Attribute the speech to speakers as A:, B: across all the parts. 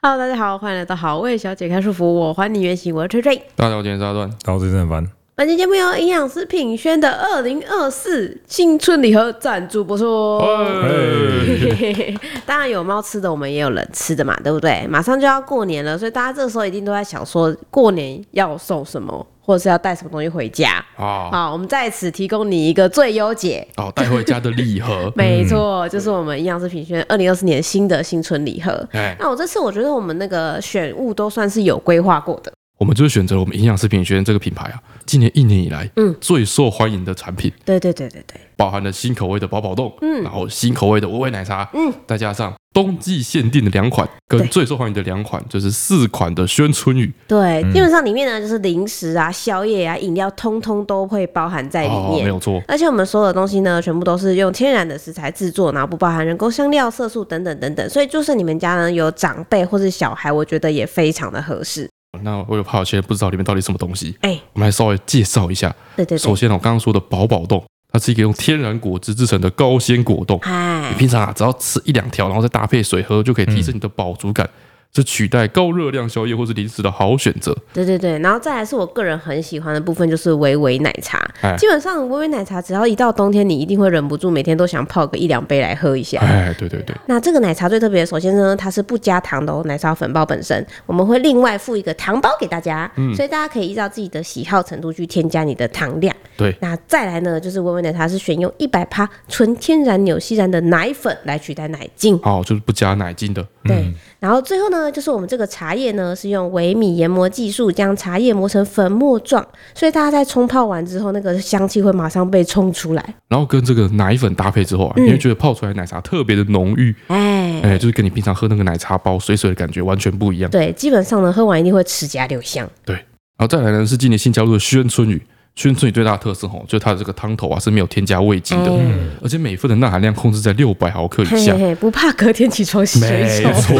A: Hello，大家好，欢迎来到好味小姐开束缚，我还你原形，我是吹吹。
B: 大家好，我今天是阿段。
C: 刀子真的很烦。
A: 本期节目由营养师品轩的二零二四新春礼盒赞助播出。
C: 哎
A: 嘿嘿嘿 当然有猫吃的，我们也有人吃的嘛，对不对？马上就要过年了，所以大家这时候一定都在想说，过年要送什么，或者是要带什么东西回家。
B: 啊
A: 好，我们在此提供你一个最优解。，
B: 哦，带回家的礼盒
A: 没错，就是我们营养师品轩二零二四年新的新春礼盒。
B: 哎，
A: 那我这次我觉得我们那个选物都算是有规划过的，
B: 我们就是选择我们营养食品学院这个品牌啊，今年一年以来，
A: 嗯
B: 嗯，最受欢迎的产品，
A: 对对对对对，
B: 包含了新口味的宝宝冻，
A: 嗯
B: 嗯，然后新口味的微味奶茶，
A: 嗯
B: 嗯，再加上冬季限定的两款，跟
A: 对
B: 最受欢迎的两款，就是四款的宣春雨
A: 对，基本上里面呢就是零食啊、宵夜啊、饮料，通通都会包含在里
B: 哦，没
A: 面。
B: 有错，
A: 而且我们所有的东西呢，全部都是用天然的食材制作，然后不包含人工香料、色素等等等等，所以就是你们家呢有长辈或是小孩，我觉得也非常的合适。
B: 那我有怕有些人不知道里面到底什么东西，
A: 哎
B: 我们来稍微介绍一下。
A: 对对
B: 首
A: 对，
B: 先呢，我刚刚说的宝宝冻，它是一个用天然果汁制成的高纤果冻，
A: 哎
B: 你，平常啊，只要吃一两条，然后再搭配水喝，就可以提升你的饱足感，是取代高热量宵夜或是零食的好选择。
A: 对对对，然后再来是我个人很喜欢的部分，就是维维奶茶。
B: 哎
A: 基本上维维奶茶，只要一到冬天，你一定会忍不住每天都想泡个一两杯来喝一下。
B: 哎，对对对，
A: 那这个奶茶最特别，首先呢，它是不加糖的哦，奶茶粉包本身，我们会另外附一个糖包给大家，
B: 嗯
A: 所以大家可以依照自己的喜好程度去添加你的糖量。
B: 对
A: 那再来呢，就是微微奶茶是选用一百趴纯天然纽西兰的奶粉来取代奶精。
B: 哦，就是不加奶精的，
A: 对，
C: 嗯
A: 然后最后呢，就是我们这个茶叶呢是用微米研磨技术将茶叶磨成粉末状，所以大家在冲泡完之后，那个香气会马上被冲出来。
B: 然后跟这个奶粉搭配之后啊，你会觉得泡出来的奶茶特别的浓郁，
A: 哎，
B: 哎，就是跟你平常喝那个奶茶包水水的感觉完全不一样。
A: 对，基本上呢，喝完一定会齿颊留香。
B: 然后再来呢是今年新加入的轩春雨。轩春雨最大的特色吼，就是它的这个汤头啊是没有添加味精的，
A: 哎
B: 而且每份的钠含量控制在六百毫克以
A: 嘿
B: 下
A: 嘿。嘿，不怕隔天起床水
B: 没
A: 肿。
B: 错，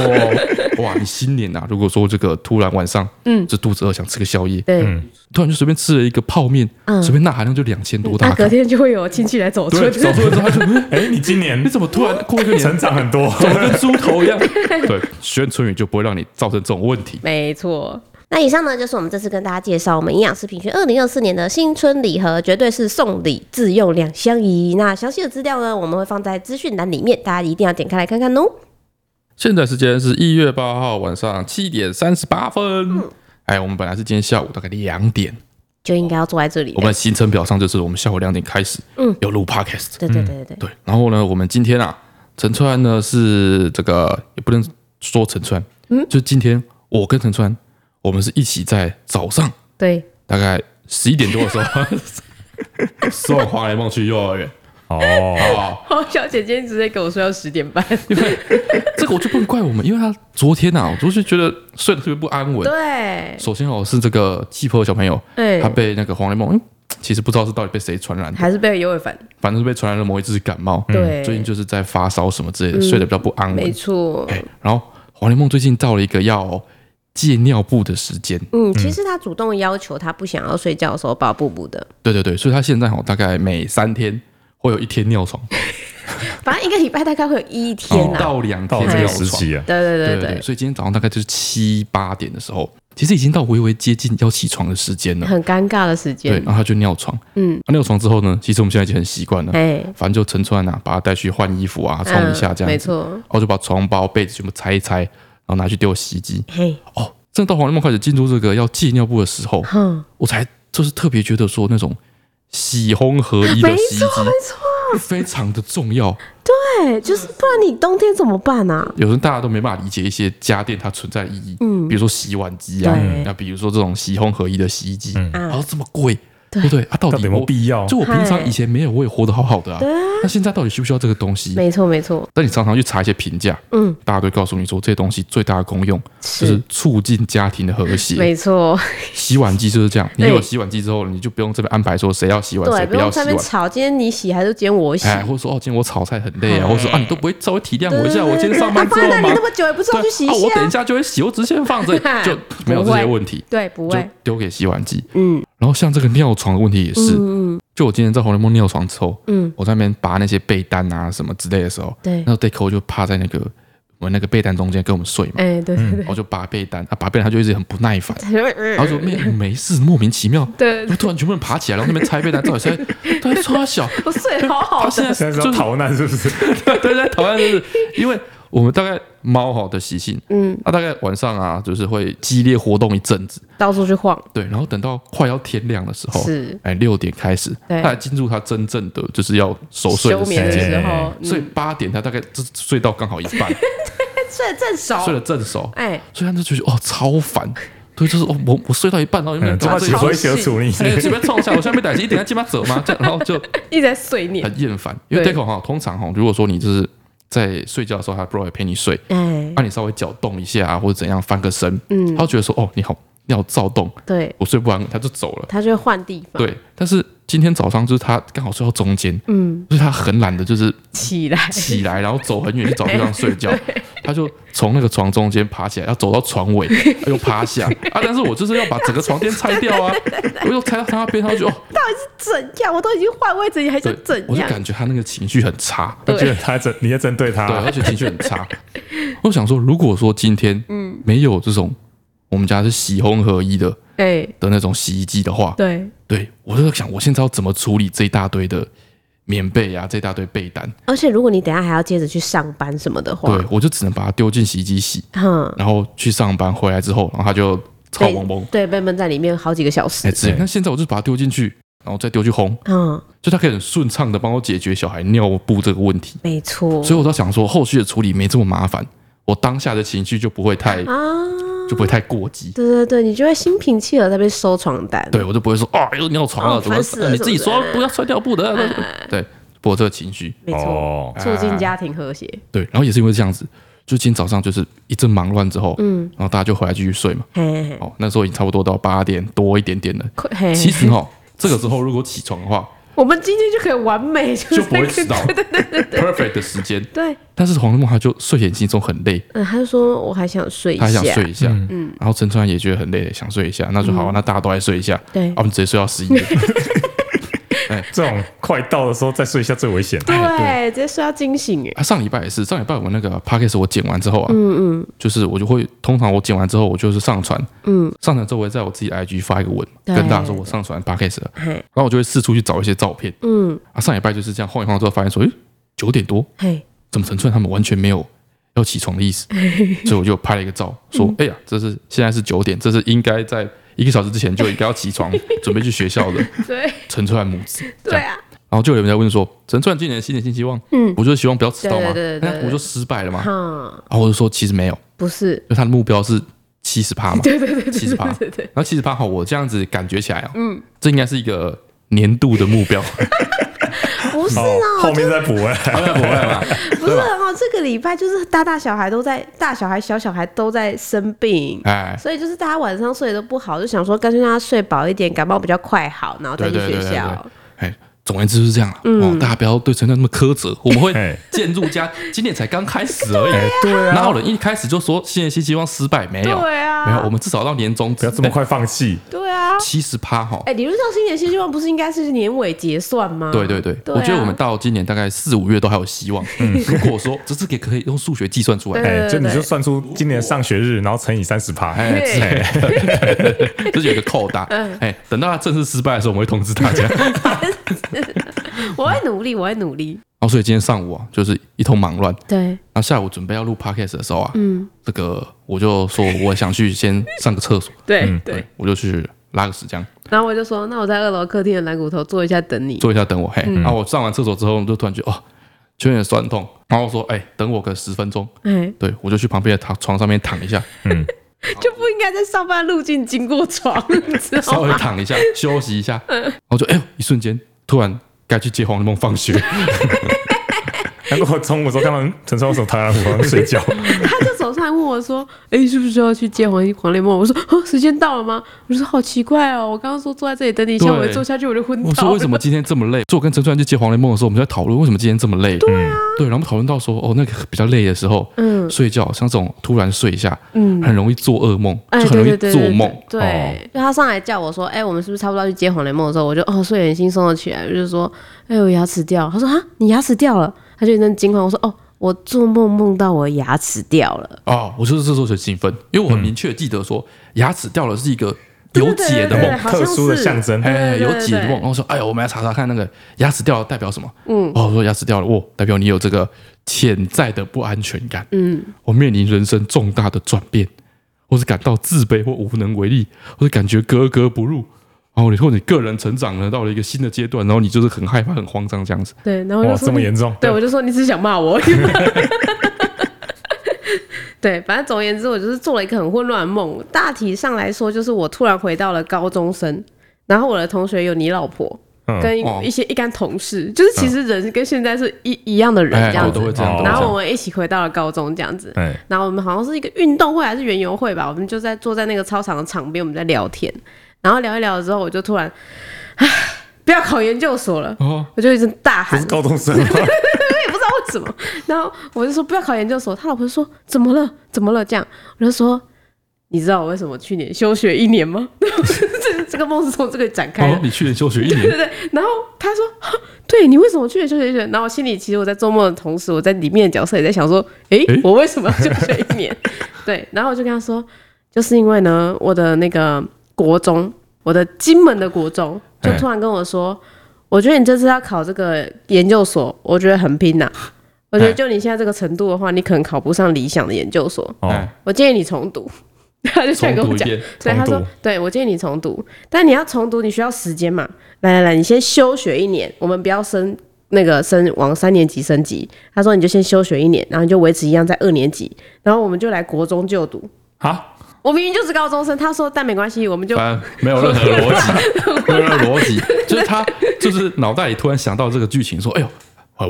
B: 哇！你新年啊，如果说这个突然晚上，
A: 嗯
B: 嗯，这肚子饿想吃个宵夜，
A: 对，
B: 突然就随便吃了一个泡面，
A: 嗯
B: 随便钠含量就两千多
A: 那、
B: 大
A: 隔
B: 卡，
A: 天就会有亲戚来走
B: 对，
A: 村。
B: 走 出来之后他就，嗯
C: 哎，你今年
B: 你怎么突然过一个年
C: 成长很多？
B: 走得跟猪头一 样？对，宣春雨就不会让你造成这种问题。
A: 没错。那以上呢，就是我们这次跟大家介绍我们营养师品学二零二四年的新春礼盒，绝对是送礼自用两相宜。那详细的资料呢，我们会放在资讯栏里面，大家一定要点开来看看哦。
B: 现在时间是一月八号晚上七点三十八分。哎，我们本来是今天下午大概两点，
A: 就应该要坐在这里
B: 我
A: 了。
B: 们行程表上就是我们下午两点开始，
A: 嗯
B: 嗯，要录 podcast。
A: 对对对对对，
B: 对，然后呢，我们今天啊，陈川呢是这个也不能说陈川，嗯，就今天我跟陈川，我们是一起在早上
A: 对
B: 大概十一点多的时候 送黄雷梦去幼儿园，
C: 哦，
B: 好不好？
A: 黄小姐今天直接跟我说要十点 半，
B: 因为这个我就不能怪我们，因为他昨天啊，我就是觉得睡得特别不安稳。
A: 对，
B: 首先哦，是这个气泡小朋友，
A: 哎
B: 他被那个黄雷梦，嗯其实不知道是到底被谁传染的，
A: 还是被尤伟凡，
B: 反正是被传染了某一只感冒。
A: 嗯对嗯
B: 最近就是在发烧什么之类的，睡得比较不安稳
A: 没。错。
B: 哎，然后黄连梦最近到了一个要戒尿布的时间，
A: 嗯，其实他主动要求他不想要睡觉的时候抱布布的，
B: 对对对，所以他现在哦，大概每三天会有一天尿床，
A: 反正一个礼拜大概会有一天
B: 一
A: 啦。
B: 到两
C: 到
B: 天
C: 这
B: 尿
C: 个
B: 床
C: 时。期啊，
A: 对对
B: 对
A: 对
B: 哦对
A: 对
B: 对，所以今天早上大概就是七八点的时候，其实已经到微微接近要起床的时间了。
A: 很尴尬的时
B: 对，
A: 间
B: 然。后他就尿床，
A: 嗯，
B: 啊尿床之后呢，其实我们现在已经很习惯了，
A: 哎，
B: 反正就陈川啊，把他带去换衣服啊，冲一下这
A: 嗯没
B: 样子，
A: 错。
B: 然后就把床包被子全部拆一拆，然后拿去丢洗衣机。
A: 嘿，
B: 哦，正到黄连梦开始进入这个要戒尿布的时候，
A: 哼，
B: 我才就是特别觉得说那种洗烘合一的洗衣机
A: 错。
B: 非常的重要。
A: 对，哎就是不然你冬天怎么办啊？
B: 有时候大家都没办法理解一些家电它存在的意义，
A: 嗯
B: 比如说洗碗机啊
A: 对，
B: 那比如说这种洗烘合一的洗衣机，
C: 嗯
B: 然后这么贵，
A: 对
B: 对不对？啊，到
C: 到
B: 底
C: 底有没有
B: 我
C: 必要？
B: 就我平
A: 嗨
B: 常以前没有，我也活得好好的啊
A: 对。啊，
B: 那现在到底需不需要这个东西？
A: 没错没错，
B: 但你常常去查一些评价，
A: 嗯，
B: 大家都会告诉你说，这些东西最大的功用就是促进家庭的和谐。
A: 没错，
B: 洗碗机就是这样，你
A: 对
B: 有洗碗机之后，你就不用这边安排说谁要洗碗，
A: 对，
B: 谁
A: 不
B: 不要
A: 用
B: 洗
A: 在那
B: 碗
A: 边。吵，今天你洗还是今天我洗？
B: 哎，或者说哦，今天我炒菜很累啊，或者说啊，你都不会稍微体谅
A: 嗯对
B: 我一下，
A: 对
B: 我今天
A: 对
B: 上班
A: 啊
B: 之
A: 放在
B: 后
A: 那里
B: 忙
A: 那，么久也不知道去洗
B: 啊，
A: 一
B: 我
A: 下，
B: 等一，下就会洗，我只是先放着 就没有这些问题，
A: 对，不
B: 就
A: 会，
B: 丢给洗碗机。
A: 嗯，
B: 然后像这个尿床的问题也是，就我今天在红楼梦尿床之后，
A: 嗯，
B: 我在那边拔那些被单啊什么之类的时候，
A: 对
B: 那时，候 Deco 就趴在那个我那个被单中间跟我们睡嘛，
A: 哎，对对对
B: 然后就拔被单，啊拔被单他就一直很不耐烦，
A: 对，
B: 然嗯后说没没事，莫名其妙，
A: 对
B: 然后，突然全部人爬起来，然后那边拆被单，到底是在到底在抓小，
A: 我睡好 好
B: 他
A: 的，
B: 现在
C: 现在是
B: 就
C: 要逃难是不是？
B: 对，在讨厌就是因为我们大概猫哈的习性，
A: 嗯，
B: 它大概晚上啊就是会激烈活动一阵子，
A: 到处去晃，
B: 对，然后等到快要天亮的时候，
A: 是
B: 哎六点开始，
A: 对
B: 它才进入它真正的就是要熟睡
A: 休
B: 的时
A: 眠的
B: 间，
A: 时候，
B: 所以
A: 嗯
B: 八点它大概就是睡到刚好一 半，
A: 睡得正熟，
B: 睡得正熟，
A: 哎，
B: 所以它就觉得哦超烦，对，就是哦我我睡到一半，然后有没有
C: 嗯，这把
B: 打
C: 指
B: 这
A: 好
C: 挥球处理，
B: 哎，随便冲一下，我现在被逮起，一点要鸡巴走 吗？这样，然后就
A: 一直在碎念，
B: 很厌烦。因为
A: 对
B: Deco 哈，通常哈，如果说你就是在睡觉的时候，他不会陪你睡，
A: 哎，
B: 把你稍微搅动一下啊，或者怎样翻个身，
A: 嗯
B: 他，会觉得说哦，你好，你好躁动，
A: 对，
B: 我睡不安稳，他就走了。
A: 他就会换地方，，
B: 对，但是今天早上就是他刚好睡到中间，
A: 嗯，
B: 所以他很懒的，就是
A: 起来，
B: 起来，然后走很远去找地方睡觉。他就从那个床中间爬起来，要走到床尾，又趴下啊！但是我就是要把整个床垫拆掉啊！我又拆到他那边，他就哦，
A: 怎样？我都已经换位置，你还想
B: 对，
A: 怎
B: 我就
A: 样？
B: 感觉他那个情绪很差，
C: 我觉得他针你在针对他
B: 对，，而且情绪很 差。我想说，如果说今天嗯没有这种我们家是洗烘合一的
A: 哎，
B: 的那种洗衣机的话，
A: 对，
B: 对我就在想，我现在要怎么处理这一大堆的棉被啊，这一大堆被单？
A: 而且如果你等一下还要接着去上班什么的话，
B: 对，我就只能把它丢进洗衣机洗，
A: 哼，
B: 然后去上班回来之后，然后它就臭
A: 对
B: 蒙蒙
A: 对，被闷在里面好几个小时
B: 哎，之类。
C: 对
B: 那现在我就把它丢进去，然后再丢去烘，
A: 嗯，
B: 就它可以很顺畅的帮我解决小孩尿布这个问题。
A: 没错，
B: 所以我在想说，后续的处理没这么麻烦，我当下的情绪就不会太
A: 啊，
B: 就不会太过激。
A: 对对对，你就会心平气和在那边收床单，
B: 对我就不会说啊又尿床
A: 哦
B: 了，怎么哎
A: 烦死了
B: 你自己
A: 是不哎
B: 说
A: 是
B: 不要穿尿布的，对，不过这个情绪，
A: 没错，
C: 哦，
A: 促进家庭和谐，
B: 对，然后也是因为这样子，就今天早上就是一阵忙乱之后，
A: 嗯，
B: 然后大家就回来继续睡嘛，
A: 嘿嘿
B: 哦，那时候已经差不多到八点多一点点了。
A: 嘿嘿，
B: 其实哦，这个时候如果起床的话，
A: 我们今天就可以完美，就
B: 就是不会迟到
A: 对对对对
B: ，perfect 的时间。
A: 对，
B: 但是黄梦他就睡眼惺忪，很累，
A: 嗯，他就说我还想睡一
B: 他还想
A: 下，
B: 睡一下，嗯，然后陈川也觉得很累，想睡一下，那就好啊，那大家都来睡一下，
A: 嗯对
B: 啊我们直接睡到十 一点，
C: 这种快到的时候再睡一下最危险。
A: 哎对，直接睡到惊醒，哎，
B: 啊，上礼拜也是，上礼拜我们那个 podcast 我剪完之后啊，嗯嗯，就是我就会通常我剪完之后，我就是上传，
A: 嗯，
B: 上传之后我会在我自己的 IG 发一个文，
A: 对
B: 跟大家说我上传 podcast 了，
A: 嘿
B: 然后我就会四处去找一些照片
A: 哎嗯，
B: 啊，上礼拜就是这样晃一晃之后发现说，诶，九点多
A: 嘿，
B: 怎么陈川他们完全没有要起床的意 思，所以我就拍了一个照，
A: 嗯
B: 说，哎呀，这是现在是九点，这是应该在一个小时之前就应该要起床 准备去学校的
A: 对
B: 陈川母子，这
A: 对
B: 样。
A: 啊，
B: 然后就有人在问说：“陈川今年新年新希望，嗯，我就希望不要迟到嘛，
A: 对对对对
B: 那我就失败了嘛。
A: 哈，
B: 然后我就说其实没有，
A: 不是，
B: 因为他的目标是七十趴嘛，
A: 对对对对
B: 七十趴。
A: 对对
B: 然后七十趴哈，我这样子感觉起来啊，嗯，这应该是一个年度的目 标，
A: 对，不是
C: 哦，
A: 哦，
C: 后面再补哎，
A: 不是哦，这个礼拜就是大大小孩都在，大小孩小小孩都在生病。
B: 哎，
A: 所以就是大家晚上睡得都不好，就想说干脆让他睡饱一点，感冒比较快好，然后再
B: 对
A: 去
B: 对对
A: 学
B: 对对，
A: 校。嗯
B: 哎，总而言之就是这样了，哦，大家不要对陈川那么 苛责，我们会
C: 哎
B: 渐入佳，今年才刚开始而已，
C: 对啊，
B: 哪有人一开始就说新年新希望失败没有？
A: 对啊
B: 没有，我们至少到年终
C: 不要这么快放弃。
A: 对啊，
B: 七十趴哈，
A: 哎、理论上新年新希望不是应该是年尾结算吗？
B: 对对对，
A: 对啊
B: 我觉得我们到今年大概四五月都还有希望。如果说这是给可以用数学计算出来的，
C: 哎，
A: 对对
C: 就你
A: 对
C: 就算出今年上学日，然后乘以三十趴，
B: 哎，之类 的就是有一个扣打。
A: 嗯
B: 哎，等到他正式失败的时候，我们会通知大 家。然
A: 啊我会努力，我会努力。
B: 后，所以今天上午啊，就是一通忙乱。
A: 对，
B: 然后啊下午准备要录 podcast 的时候啊，嗯，这个我就说我想去先上个厕所，哎
A: 对、嗯对。，
B: 我就去拉个屎这样
A: 然后我就说，那我在二楼客厅的蓝骨头坐一下等你。
B: 坐一下等我。嘿，然后我上完厕所之后，我就突然觉得哦，就有点酸痛，然后我说哎，等我个十分钟。
A: 哎、
B: 对，我就去旁边的躺床上面躺一下，
A: 就不应该在上班路径经过床，你知
B: 稍
A: 道
B: 微
A: 吗？
B: 躺一下，休息一下，然后就哎呦，一瞬间突然该去接黄连梦放学，
C: 哎难怪我中午的时候看到陈超为什么躺在那床上睡觉，
A: 他就说手上还问我说：“哎、是不是要去接黄黄连梦？”我说：“哦，时间到了吗？”我说：“好奇怪哦，我刚刚说坐在这里等你一下，
B: 对
A: 我一坐下去我就昏倒了。”
B: 我说为什么今天这么累？所以我 跟陈川去接黄连梦的时候，我们就在讨论为什么今天这么累。对啊，对，然后我们讨论到说，哦，那个比较累的时候，
A: 嗯
B: 睡觉像这种突然睡一下，
A: 嗯
B: 很容易做噩梦，
A: 哎
B: 就很容易
A: 对对对
B: 做梦。
A: 对，
B: 哦
A: 对就他上来叫我说：“哎、我们是不是差不多要去接黄连梦的时候？”我就哦睡眼惺忪的起来，我就说：“哎、我牙齿掉了。”他说：“啊，你牙齿掉了？”他就一阵惊慌。我说：“哦，我做梦梦到我牙齿掉了。
B: 哦，我就是这时候很兴奋，因为我很明确记得说，牙齿掉了是一个有解的
A: 对
B: 梦。
A: 好像
C: 哎特殊的
A: 是
C: 象征，
A: 对
B: 哎，
A: 对
B: 有
A: 对
B: 解的梦，然后说，哎呦，我们来查查看那个牙齿掉了代表什么？嗯，哦，我说牙齿掉了，哦，代表你有这个潜在的不安全感。嗯，我面临人生重大的转变，或是感到自卑或无能为力，或是感觉格格不入，然后你或者你个人成长呢到了一个新的阶段，然后你就是很害怕、很慌张这样子。”
A: 对，然后我
C: 哇，
A: 就说：“
C: 这么严重，
A: 对，我就说你只是想骂我。对，反正总而言之，我就是做了一个很混乱的梦。大体上来说，就是我突然回到了高中生，然后我的同学有你老婆，
C: 嗯
A: 跟
B: 哦嗯
A: 一些一干同事，就是其实人跟现在是一一样的人
B: 哎
A: 这样
B: 我
A: 子
B: 都会。这样
C: 哦
B: 都会这
A: 然
B: 样
A: 后我们一起回到了高中这样子，
C: 哎，
A: 然后我们好像是一个运动会还是园游会吧，我们就在坐在那个操场的场边，我们在聊天，然后聊一聊之后，我就突然，唉，不要考研究所了，
B: 哦，
A: 我就一直大
C: 不
A: 喊
C: 是，高 中生吗？
A: 也不知道为什么。然后我就说不要考研究所，他老婆说怎么了？怎么了？这样我就说，你知道我为什么去年休学一年吗？ 这这个梦是从这个展开的
B: 哦，。你去年休学一
A: 对
B: 年，
A: 对对，然后他说：“哈对你为什么去年休学一年？”然后我心里其实我在做梦的同时，我在里面的角色也在想说：“诶，
B: 诶
A: 我为什么要休学一年？” 对，然后我就跟他说：“就是因为呢，我的那个国中，我的金门的国中，就
C: 哎
A: 突然跟我说，我觉得你这次要考这个研究所，我觉得很拼呐、我觉得
B: 哎
A: 就你现在这个程度的话，你可能考不上理想的研究所。
B: 哎
C: 哦，
A: 我建议你重读。” 他就这
B: 重
A: 样跟
B: 读
A: 我
B: 一
A: 讲，
B: 遍，
A: 对，他
C: 重
A: 说
C: 读，
A: 对我建议你重读，但你要重读，你需要时间嘛。来来来，你先休学一年，我们不要升那个升往三年级升级。他说你就先休学一年，然后你就维持一样在二年级，然后我们就来国中就读。
B: 好，
A: 我明明就是高中生，他说但没关系，我们就
B: 反正 没有任何 逻辑，没有任何逻辑，就是他就是脑袋里突然想到这个剧情，说，哎呦。哎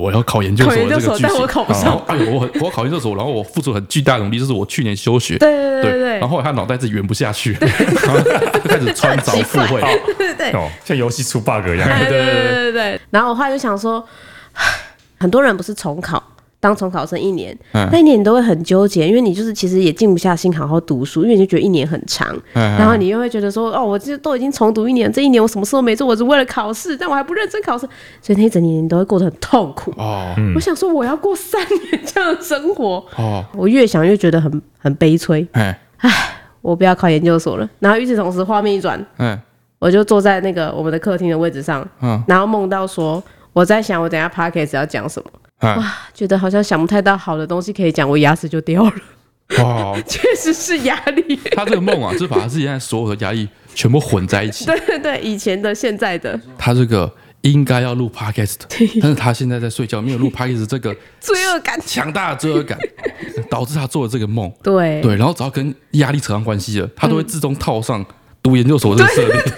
B: 我要考研究所
A: 考研
B: 的
A: 究
B: 这个
A: 所
B: 剧情，
A: 但我考不上
B: 然后 哎呦，我很我考研究所，然后我付出很巨大的努力，就是我去年休学，
A: 对对对对
B: 然后他脑袋自己圆不下去，然后就开始穿凿附 会，
A: 对对对，
C: 哦，像游戏出 bug 一样，
A: 对对对对对对。然后我后来就想说， 很多人不是重考。当重考生一年，
B: 嗯
A: 那一年你都会很纠结，因为你就是其实也静不下心好好读书，因为你就觉得一年很长，
B: 嗯
A: 然后你又会觉得说，哦，我这都已经重读一年，这一年我什么事都没做，我只为了考试，但我还不认真考试，所以那一整年你都会过得很痛苦。
B: 哦
A: 我想说，我要过三年这样的生活，
B: 哦，
A: 我越想越觉得很很悲催，
B: 哎
A: 我不要考研究所了。然后与此同时，画面一转，
B: 哎
A: 我就坐在那个我们的客厅的位置上，
B: 嗯
A: 然后梦到说我在想我等一下 p a c k a g e 要讲什么，
B: 哎
A: 啊觉得好像想不太到好的东西可以讲，我牙齿就掉了，
B: 哦，
A: 确实是压力。
B: 他这个梦啊，是把他自己现在所有的压力全部混在一 起，
A: 对对对，以前的现在的
B: 他这个应该要录 podcast，但是他现在在睡觉，没有录 podcast 这个
A: 罪恶感，
B: 强大的罪恶感，导致他做了这个梦。
A: 对
B: 对，然后只要跟压力扯上关系了，他都会自动套上读研究所这个设定，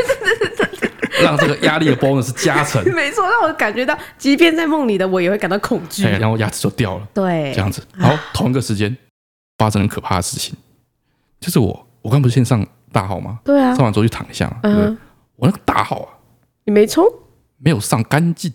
B: 让这个压力的 bonus 加成，
A: 没错，让我感觉到，即便在梦里的我也会感到恐惧。
B: 哎，然后牙齿就掉了，
A: 对，
B: 这样子。然后同一个时间发生很可怕的事情，就是我，我刚不是先上大号吗？
A: 对啊
B: 上，完之后去躺一下嘛，对不对
A: 嗯，？
B: 我那个大号啊，
A: 你没冲，
B: 没有上干净。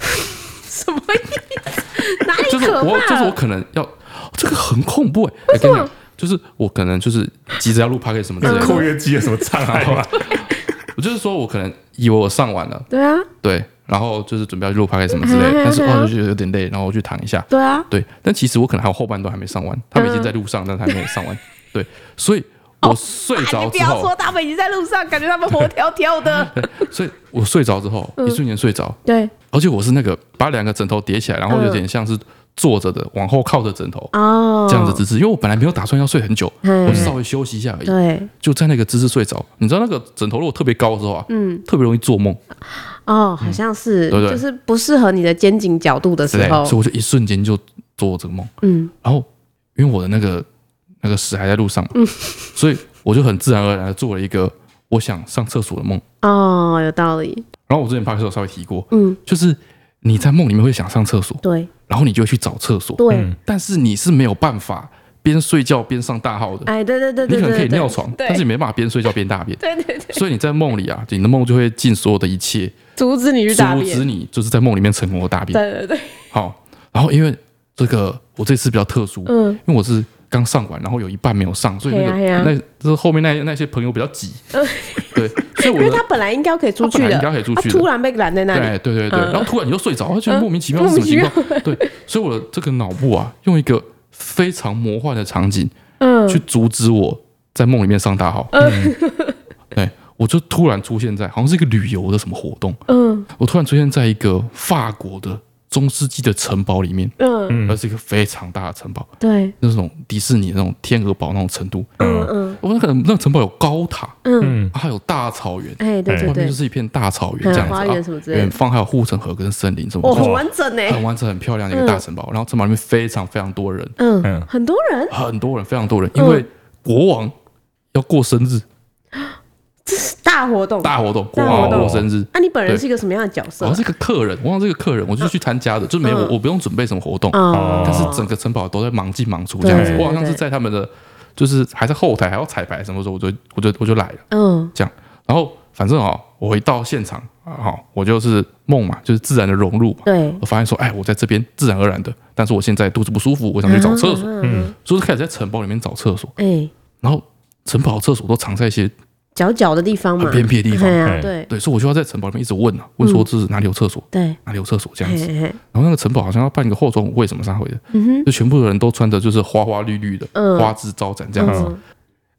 A: 什么意思？哪里
B: 就是
A: 可
B: 我，
A: 怕？
B: 就是我可能要，这个很恐怖哎、欸！我跟你讲，就是我可能就是急着要录 p o d c a s 什么之类
C: 有
B: 的，
C: 括约肌有什么啊障
B: 嗯
C: 碍吗？
B: 我就是说我可能以为我上完了，
A: 对啊，
B: 对，然后就是准备要去录 p o d c a s 什么之类
A: 嗯
B: 的，但是
A: 对啊
B: 哦，我就觉得有点累，然后我去躺一下，
A: 对啊，
B: 对，但其实我可能还有后半段还没上完，
A: 嗯
B: 他们已经在路上，但是还没有上完，对，所以我睡
A: 啊
B: 着
A: 你不
B: 之
A: 要
B: 后
A: 说，他们已经在路上，感觉他们活跳跳的。
B: 所以我睡着之后，
A: 嗯
B: 一瞬间睡着，
A: 对
B: 而且我是那个把两个枕头叠起来，然后有点像是坐着的往后靠着枕头
A: 哦，
B: 这样子姿势，因为我本来没有打算要睡很久，
A: 嗯
B: 我就稍微休息一下而已。
A: 对
B: 就在那个姿势睡着。你知道那个枕头如果特别高的时候啊，嗯，特别容易做梦，
A: 哦，好像是，
B: 嗯对对
A: 就是不适合你的肩颈角度的
B: 之
A: 时
B: 类的
A: 候
B: 所以。我就一瞬间就做这个梦。
A: 嗯，
B: 然后因为我的那个那个屎还在路上嘛，
A: 嗯
B: 所以我就很自然而然的做了一个我想上厕所的梦。
A: 哦，有道理。
B: 然后我之前拍的时候稍微提过，
A: 嗯，
B: 就是你在梦里面会想上厕所，
A: 对
B: 然后你就会去找厕所，
A: 对，
B: 但是你是没有办法边睡觉边上大号的，
A: 哎，对对对
B: 你
A: 对
B: 可
A: 对
B: 能
A: 对，
B: 可以
A: 对
B: 尿床，
A: 对
B: 但是你没办法边睡觉边大 便。
A: 对对对，
B: 所以你在梦里啊，你的梦就会尽所有的一切，
A: 阻止你去大
B: 阻
A: 便
B: 止，你就是在梦里面成功的大便。
A: 对对对，
B: 好，然后因为这个我这次比较特殊，
A: 嗯
B: 因为我是刚上完，然后有一半没有上，所以那
A: 嘿呀
B: 个
A: 嘿
B: 那就是后面那那些朋友比较 挤，对，所以
A: 因
B: 我
A: 为
B: 的
A: 他本来应该可以出
B: 他
A: 去
B: 本来
A: 的，
B: 应该可以出去的
A: 他突然被拦在那里，
B: 对对对对，
A: 嗯
B: 然后突然你就睡着，而且
A: 嗯
B: 莫名其 妙
A: 莫
B: 是什
A: 名
B: 么情况？对，所以我的这个脑部啊，用一个非常魔幻的场景
A: 嗯
B: 去阻止我在梦里面上大号。嗯对，我就突然出现在好像是一个旅游的什么活动，
A: 嗯
B: 我突然出现在一个法国的中世纪的城堡里面，
A: 嗯，
B: 而是一个非常大的城堡，
A: 对，
B: 那种迪士尼那种天鹅堡那种程度。
A: 嗯嗯
B: 我那个那个城堡有高塔，啊
A: 嗯，
C: 嗯，
B: 还有大草原，
A: 哎，对对
B: 外面
A: 对
B: 就，是一片大草原
A: 嗯
B: 这样子
A: 花
B: 啊，
A: 园什么之类的
B: 远方还有护城河跟森林什么
A: 哦，
B: 的，
A: 很完整呢，
B: 很完整、很漂亮的一个大城堡。然后城堡里面非常非常多人，
A: 嗯，
C: 嗯
A: 很多人，
B: 很多人，非常多人，
A: 嗯
B: 因为国王要过生日，
A: 这是大活动。
B: 大活动，国
A: 大
B: 王
A: 活动
B: 要过生日。
A: 那你本人
B: 对
A: 是一个什么样的角色
B: 然后？是个客人，我忘了这个客人，我就是去参加的，就没有
A: 嗯
B: 我不用准备什么活动，
A: 哦
B: 但是整个城堡都在忙进忙出这样子。
A: 对
B: 我好像
A: 对
B: 是在他们的，就是还在后台还要彩排什么时候，我就我就我就来了。
A: 嗯
B: 然后反正哦，我一到现场，好、我就是梦嘛，就是自然的融入嘛。
A: 对，
B: 我发现说，哎，我在这边自然而然的，但是我现在肚子不舒服，我想去找厕所，
A: 嗯，
B: 所以就开始在城堡里面找厕所。
A: 哎，
B: 然后城堡的厕所都藏在一些
A: 角角的地方嘛，
B: 很偏僻的地方
A: 对，啊，
C: 哎
A: 对
B: 对，所以我就要在城堡里面一直问啊，问说这是哪里有厕所，
A: 对，
B: 哪里有厕所这样
A: 嘿
B: 子。
A: 嘿嘿，
B: 然后那个城堡好像要办一个后装舞会什么啥会的，就全部的人都穿的就是花花绿绿的，
A: 嗯
B: 花枝招展这样子，
A: 嗯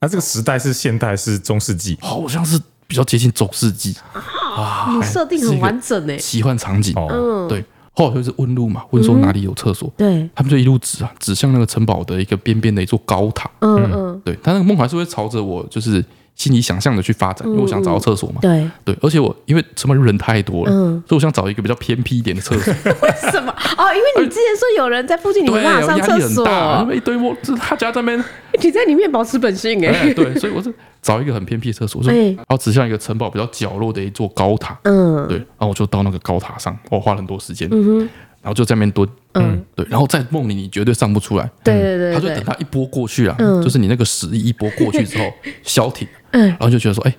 C: 那这个时代是现代还是中世纪？
B: 好像是比较接近中世纪啊
A: 你哦设定很完整哎，
B: 奇幻场景。
C: 哦，
A: 嗯，
B: 对，后来就是问路嘛，问说哪里有厕所，
A: 对，
B: 他们就一路指啊，指向那个城堡的一个边边的一座高塔。
A: 嗯嗯，
B: 对，但那个梦还是会朝着我就是心里想象的去发
A: 嗯
B: 展，因为我想找到厕所嘛。
A: 对，
B: 对，而且我因为城堡人太多了，
A: 嗯
B: 所以我想找一个比较偏僻一点的厕所。
A: 为 什么？哦，因为你之前说有人在附 近，你没
B: 对，
A: 办法
B: 我
A: 上
B: 压
A: 厕
B: 力很大，因
A: 所，
B: 为一堆我就是他家在 那边，
A: 你在里面保持本性哎，
B: 哎，对，所以我是找一个很偏僻的厕所，我说
A: 哎
B: 然后指向一个城堡比较角落的一座高塔。
A: 嗯，
B: 对，然后我就到那个高塔上，我花了很多时间，然后就在那边蹲，
A: 嗯，
B: 对，然后在梦里你绝对上不出来，
A: 对对
B: 他
A: 对对
B: 就等，他一波过去啊，
A: 嗯
B: 就是你那个实力一波过去之 后消停，
A: 嗯
B: 然后就觉得说，哎，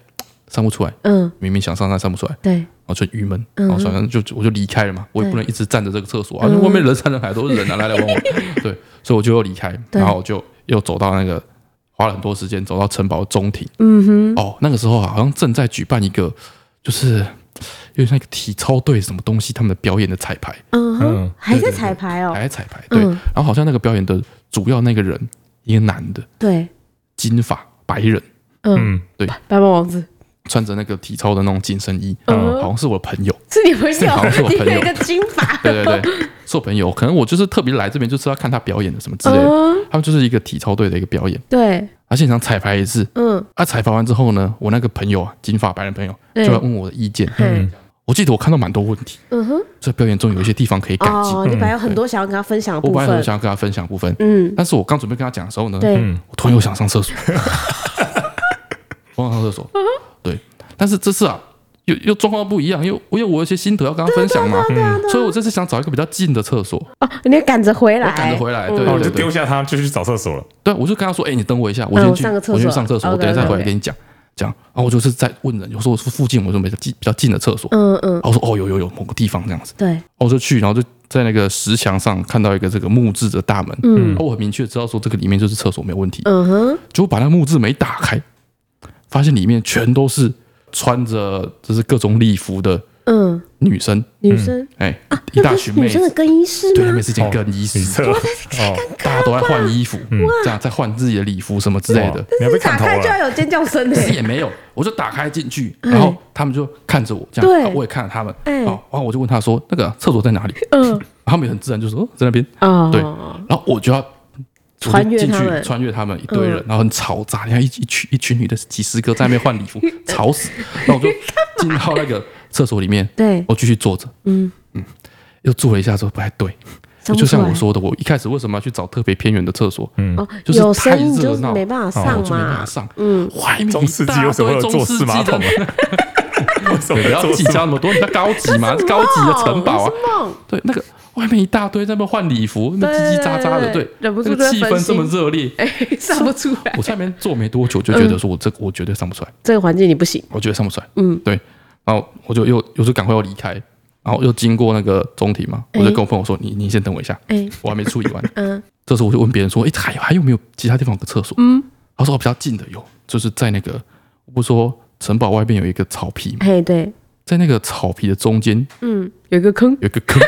B: 上不出来，
A: 嗯，
B: 明明想上但上不出来，
A: 对，
B: 然后就郁闷，
A: 嗯
B: 然后算了，就我就离开了嘛，我也不能一直站着这个厕所啊，就外面人山人海都是人啊，来来往往， 对，所以我就又离开，
A: 嗯对
B: 然后我就又走到那个花了很多时间走到城堡的中庭，
A: 嗯哼，
B: 哦，那个时候啊好像正在举办一个就是有点像一个体操队什么东西他们的表演的彩排，
A: 嗯哼
C: 嗯，
A: 还在
B: 对对对哎
A: 彩排哦
B: 还，在彩排，对，
A: 嗯
B: 然后好像那个表演的主要那个人一个男的。
A: 对，
B: 金发白人，
A: 嗯，
C: 嗯，
A: 白马王子
B: 穿着那个体操的那种紧身衣，呃
A: 嗯
B: 好像是我的朋 友，
A: 是你朋友
B: 是好像是，我
A: 你
B: 朋友
A: 有一个金发，
B: 对对对，是我朋友。可能我就是特别来这边就是要看他表演的什么之类的。
A: 嗯，
B: 他们就是一个体操队的一个表演，
A: 对，
B: 啊，现场彩排也是。
A: 嗯，
B: 啊，彩排完之后呢，我那个朋友啊，金发白人朋友
A: 对
B: 就来问我的意见。
A: 嗯
B: 我记得我看到蛮多问题，
A: 嗯哼，
B: 在表演中有一些地方可以改进。
A: 哦，你本来有很多想要跟他分享的
B: 嗯我
A: 部
B: 本来很
A: 分，
B: 想要跟他分享的部分，
A: 嗯，
B: 但是我刚准备跟他讲的时候呢，
A: 对，
C: 嗯
B: 我突然又想上厕 所，我想上厕所。对，但是这次啊，又又状况不一样，因为因为我有一些心得要跟他分享嘛，
A: 啊
B: 所以我这次想找一个比较近的厕所，
A: 哦，你要赶着回来，
B: 我赶着回
A: 嗯
B: 来，对
C: 那我
B: 对
C: 哦就
B: 对
C: 丢
B: 对，
C: 下他，就去找厕所了。
B: 对我就跟他说，哎，你等我一下，我
A: 嗯
B: 先
A: 我
B: 去
A: 上个厕，所哦
B: 我先去上厕所，我等一下
A: OK，OK，OK
B: 回来跟你讲，讲。然后我就是在问人，有时候我说附近我就没近比较近的厕所，
A: 嗯嗯，
B: 然后我说哦有有有某个地方这样子，
A: 对，
B: 然后我就去，然后就在那个石墙上看到一个这个木质的大门，
A: 嗯
B: 然后我很明确知道说这个里面就是厕所没有问题，
A: 嗯哼，
B: 结果把那木质门一打开，发现里面全都是穿着就是各种礼服的
A: 嗯，
B: 女生，
A: 女生，
B: 哎、一
A: 啊那
B: 一大
A: 不
B: 群
A: 是
B: 妹
A: 女生的
B: 子，
A: 更衣室
B: 对，那
A: 吗
B: 边？是一间更衣
C: 女
B: 室，
C: 厕哦，
B: 大家都在换衣服，这样在换自己的礼服什么之类的
C: 哇。哦 你要被看
A: 打
C: 头啊
A: 开就
C: 了。
A: 要有尖叫声的，
B: 也没有，我就打开进去，然后他们就看着我这样，
A: 哎
B: 啊
A: 对
B: 然后我也看着他们，
A: 哎
B: 哦，然后我就问他说那个厕所在哪里，
A: 嗯，
B: 然后他们也很自然就说哦在那边，
A: 哦，
B: 对然后我就要我就
A: 穿越
B: 进
A: 他
B: 去，
A: 们
B: 穿越他们一堆人
A: 嗯，
B: 然后很嘈杂，你看一一群一群女的几十个在那边换礼 服，吵死。然后我就进到那个厕所里面，
A: 对，
B: 我继续坐着，
A: 嗯
B: 又坐了一下之后不太对，
A: 想不
B: 就像
A: 出来
B: 我说的，我一开始为什么要去找特别偏远的厕所？
C: 嗯
A: 哦，
B: 就是
A: 有
B: 太
A: 声音就
B: 热
A: 是
B: 闹，哦
A: 没办法
B: 我
A: 上
B: 就没办法
A: 嘛，
B: 上。嗯，外面
C: 中世纪
B: 有
C: 为什么会有
B: 中
C: 坐
B: 世
C: 式
B: 纪
C: 马桶
B: 的
C: 啊？为手
B: 不
C: 在
B: 要
C: 做
B: 计
C: 什
B: 较那
C: 么？
B: 么多，那高级嘛，是高级的城堡啊
A: 那。是梦
B: 对，那个外面一大堆在那边换礼服，那
A: 对
B: 叽叽喳喳的，
A: 对对
B: 对，
A: 忍不住
B: 那个
A: 就会
B: 气
A: 分
B: 氛这
A: 心
B: 么 热烈，
A: 哎、上不出来
B: 我，在那边坐没多久就觉得说我这个我绝对上不出来，
A: 这个环境你不行。
B: 我觉得上不出来。嗯，对，然后我就又我就赶快要离开，然后又经过那个中庭嘛，我就跟我朋友说：“你你先等我一下，
A: 哎、
B: 我还没处理完。”
A: 嗯，
B: 这时候我就问别人说：“哎，还有还有没有其他地方有个厕所？”嗯，他说：“比较近的有，就是在那个我不是说城堡外面有一个草皮嘛，
A: 嘿，对，
B: 在那个草皮的中间
A: 嗯，有一个坑，
B: 有一个坑，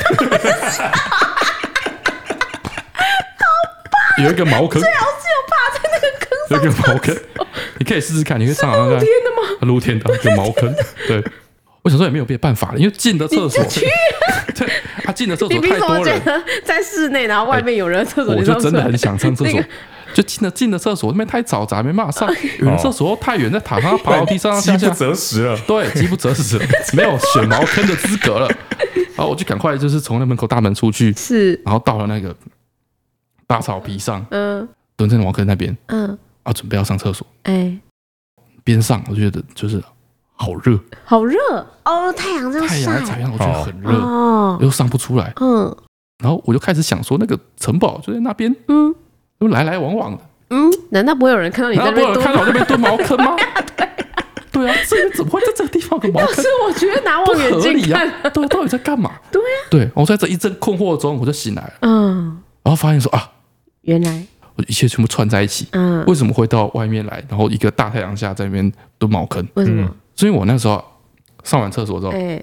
B: 有一个茅坑，
A: 老是有趴在那个坑
B: 有一个茅坑，你可以试试看，你可以上网看看。
A: 天的吗？
B: 露天的就茅坑。对，我想说也没有别的办法了，因为进的厕所， 对啊，进的厕
A: 你
B: 所
A: 凭
B: 太
A: 什么
B: 多
A: 觉
B: 人，
A: 得在室内，然后外面有人的厕所，
B: 我
A: 你
B: 就
A: 上
B: 真
A: 出
B: 的
A: 来
B: 很想上 厕
A: 那
B: 所
A: 个。
B: 就进了进了厕所，那边太嘈杂，没办法上。
A: 哎
B: 有的厕所又太远，在塔上爬到地上上下
C: 饥
B: 下
C: 不，择食 了，
B: 对，饥不 择食，没有选茅坑的资格了。然后我就赶快就是从那门口大门出去，
A: 是，
B: 然后到了那个大草皮上，
A: 嗯
B: 蹲在茅坑那边
A: 嗯，
B: 啊，准备要上厕所。
A: 哎、
B: 边上我就觉得就是好热，
A: 好热哦，太阳这样
B: 太阳在
A: 晒
B: 太阳，我觉得很热。
A: 哦，
B: 又上不出来，
A: 嗯
B: 然后我就开始想说，那个城堡就在那边，
A: 嗯
B: 就来来往往的，
A: 嗯，难道不会有人看到你在
B: 然后
A: 那
B: 不
A: 边
B: 有
A: 蹲
B: 看
A: 吗？
B: 到我那边蹲茅坑吗？ 对啊，这个怎么会在这个地方有个茅
A: 要
B: 坑
A: 是？我觉得拿
B: 不
A: 望远
B: 合
A: 镜
B: 理
A: 看，
B: 啊！对啊，到底在干嘛？
A: 对
B: 啊，对，我在这一阵困惑中，我就醒来了，
A: 嗯，
B: 然后发现说啊，
A: 原来，
B: 我一切全部串在一起，
A: 嗯，
B: 为什么会到外面来，然后一个大太阳下在那边蹲茅坑？
A: 为什么？
B: 所以我那时候上完厕所之后
A: 哎、，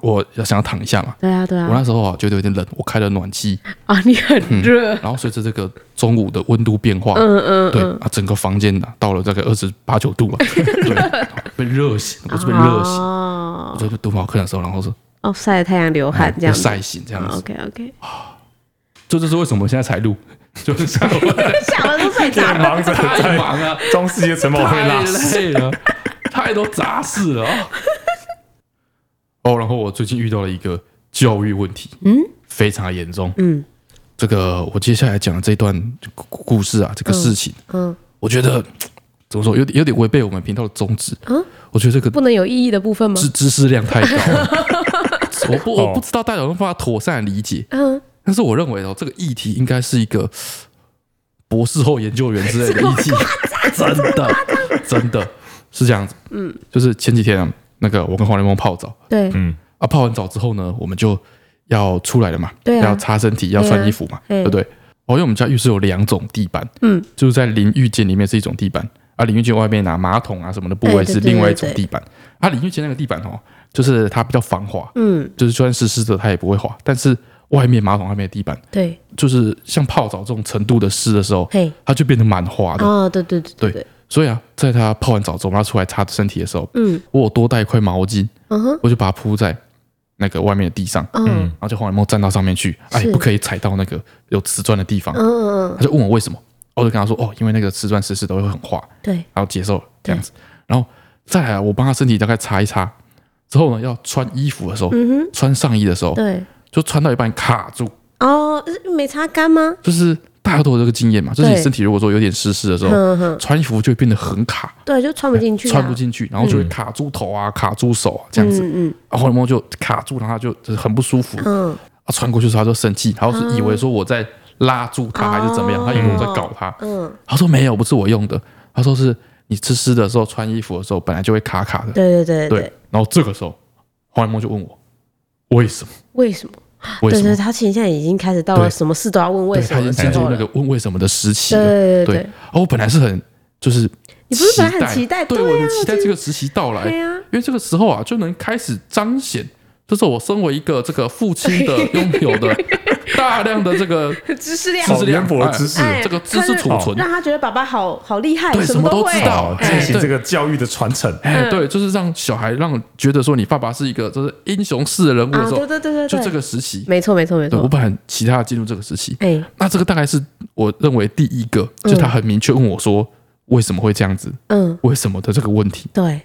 B: 我要想要躺一下嘛，
A: 对啊对
B: 哦我
A: 啊，
B: 那时候啊觉得有点冷，我开了 暖气，
A: 啊，你很热，
B: 然后随着这个中午的温度变化，
A: 嗯嗯
B: 对啊，整个房间呐、到了大概二十八九 度嘛，对，被热醒，我是被热醒，我
A: 哦
B: 在读毛课的时候，然后是
A: 哦，晒太阳流汗这
B: 被
A: 样哦子。
B: 哎晒醒这样子，
A: OK OK，
B: 这就是为什么我现在才录，就是想我
A: 想了都睡着
C: 太
A: 了。
C: 忙着
B: 太
C: 在
B: 忙了，
C: 装世界城堡会
B: 太
C: 拉屎。
B: 累了， 太多杂事了哦。 哦，然后我最近遇到了一个教育问题，嗯，非常严重，
A: 嗯，
B: 这个我接下来讲的这段故故事啊，这个事情，
A: 嗯，
B: 我觉得怎么说，有点有点违背我们频道的宗旨，嗯，我觉得这个
A: 不能有意义的部分吗？
B: 知知识量太高 了。我不
C: 哦
B: 我不知道大家有没有办法妥善理解，
A: 嗯，
B: 但是我认为哦，这个议题应该是一个博士后研究员之类 的议题， 真的真的是这样子。嗯，就是前几天啊，那个我跟黄连梦泡澡
A: 对，
B: 啊，泡完澡之后呢，我们就要出来了嘛，
A: 对啊
B: 要擦身体，要
A: 对啊
B: 穿衣服嘛，
A: 对
B: 对不对？哦，因为我们家浴室有两种地板，
A: 嗯，
B: 就是在淋浴间里面是一种地板，啊，淋浴间外面拿马桶啊什么的部
A: 哎
B: 位
A: 对
B: 是
A: 对
B: 另外一
A: 对
B: 种
A: 对
B: 地板。啊，淋浴间那个地板哦，就是它比较防滑，
A: 嗯，
B: 就是就算湿湿的它也不会滑，但是外面马桶外面的地板，
A: 对，
B: 就是像泡澡这种程度的湿的时候，
A: 嘿，
B: 它就变得蛮滑的。
A: 哦，对对对
B: 对
A: 对，
B: 所以啊，在他泡完澡之后，他出来擦身体的时候，
A: 嗯，
B: 我有多带一块毛巾，
A: 嗯哼，
B: 我就把它铺在那个外面的地上，
A: 嗯
B: 然后就黄连梦站到上面去，哎，
A: 是
B: 不可以踩到那个有瓷砖的地方
A: 嗯。嗯，嗯
B: 他就问我为什么，我就跟他说哦，因为那个瓷砖湿湿的会很滑，
A: 对，
B: 然后接受这样子，
A: 嗯
B: 然后再来啊我帮他身体大概擦一擦，之后呢，要穿衣服的时候，
A: 嗯
B: 穿上衣的时候
A: 哼，，对，
B: 就穿到一半卡住，
A: 哦，是没擦干吗？
B: 就是大家都有这个经验嘛，就是你
A: 对
B: 身体如果说有点湿湿的时候，
A: 嗯哼，
B: 穿衣服就会变得很卡，
A: 对，就穿不进去，啊
B: 穿不，进去，然后就会卡住头啊，卡住手啊，这样子，
A: 嗯嗯
B: 然后黄连梦就卡住，然后他就就是很不舒服，
A: 嗯，
B: 他穿过去的时候他就生气，然后是以为说我在拉住他还是怎么样，
A: 哦
B: 他以为我在搞他，
A: 嗯，
B: 他说没有，不是我用的，他说是你吃湿的时候穿衣服的时候本来就会卡卡的，
A: 对对对
B: 对
A: 对，，
B: 然后这个时候黄连梦就问我为什么？
A: 为什么？
B: 为
A: 对
B: 什
A: 对，
B: 么？
A: 他其实现在已经开始到了
B: 对
A: 什么事都要问为
B: 对，
A: 什么
B: 他已经
A: 的
B: 进
A: 时
B: 入
A: 候
B: 那
A: 了，
B: 个问为什么的时期
A: 对
B: 了。
A: 对对
B: 对
A: 对，
B: 哦，我本来是很就是期待，
A: 你不是本来很期待
B: 对
A: 对啊
B: 我很期待这个时期到来，
A: 对
B: 因
A: 呀，
B: 为这个时候啊，就能开始彰显，就是我身为一个这个父亲的拥有的大量的这个
A: 知识量
B: 知
C: 好
B: 识量
C: 渊博的知识
A: 哎
B: 这个知识储存，
A: 让他觉得爸爸好好厉害，
B: 对，什
A: 么
B: 么都
A: 会
B: 知道，
C: 进
B: 哎
C: 行这个教育的传承，
B: 哎，对，就是让小孩让觉得说你爸爸是一个就是英雄式的人物的
A: 啊，
B: 时
A: 对
B: 候，
A: 对对对对，
B: 就这个时期，
A: 没错没错没
B: 对我
A: 错，
B: 本来很期待进入这个时期，
A: 哎，
B: 那这个大概是我认为第一个，就是他很明确问我说为什么会这样子，
A: 嗯，
B: 为什么的这个问题，
A: 对，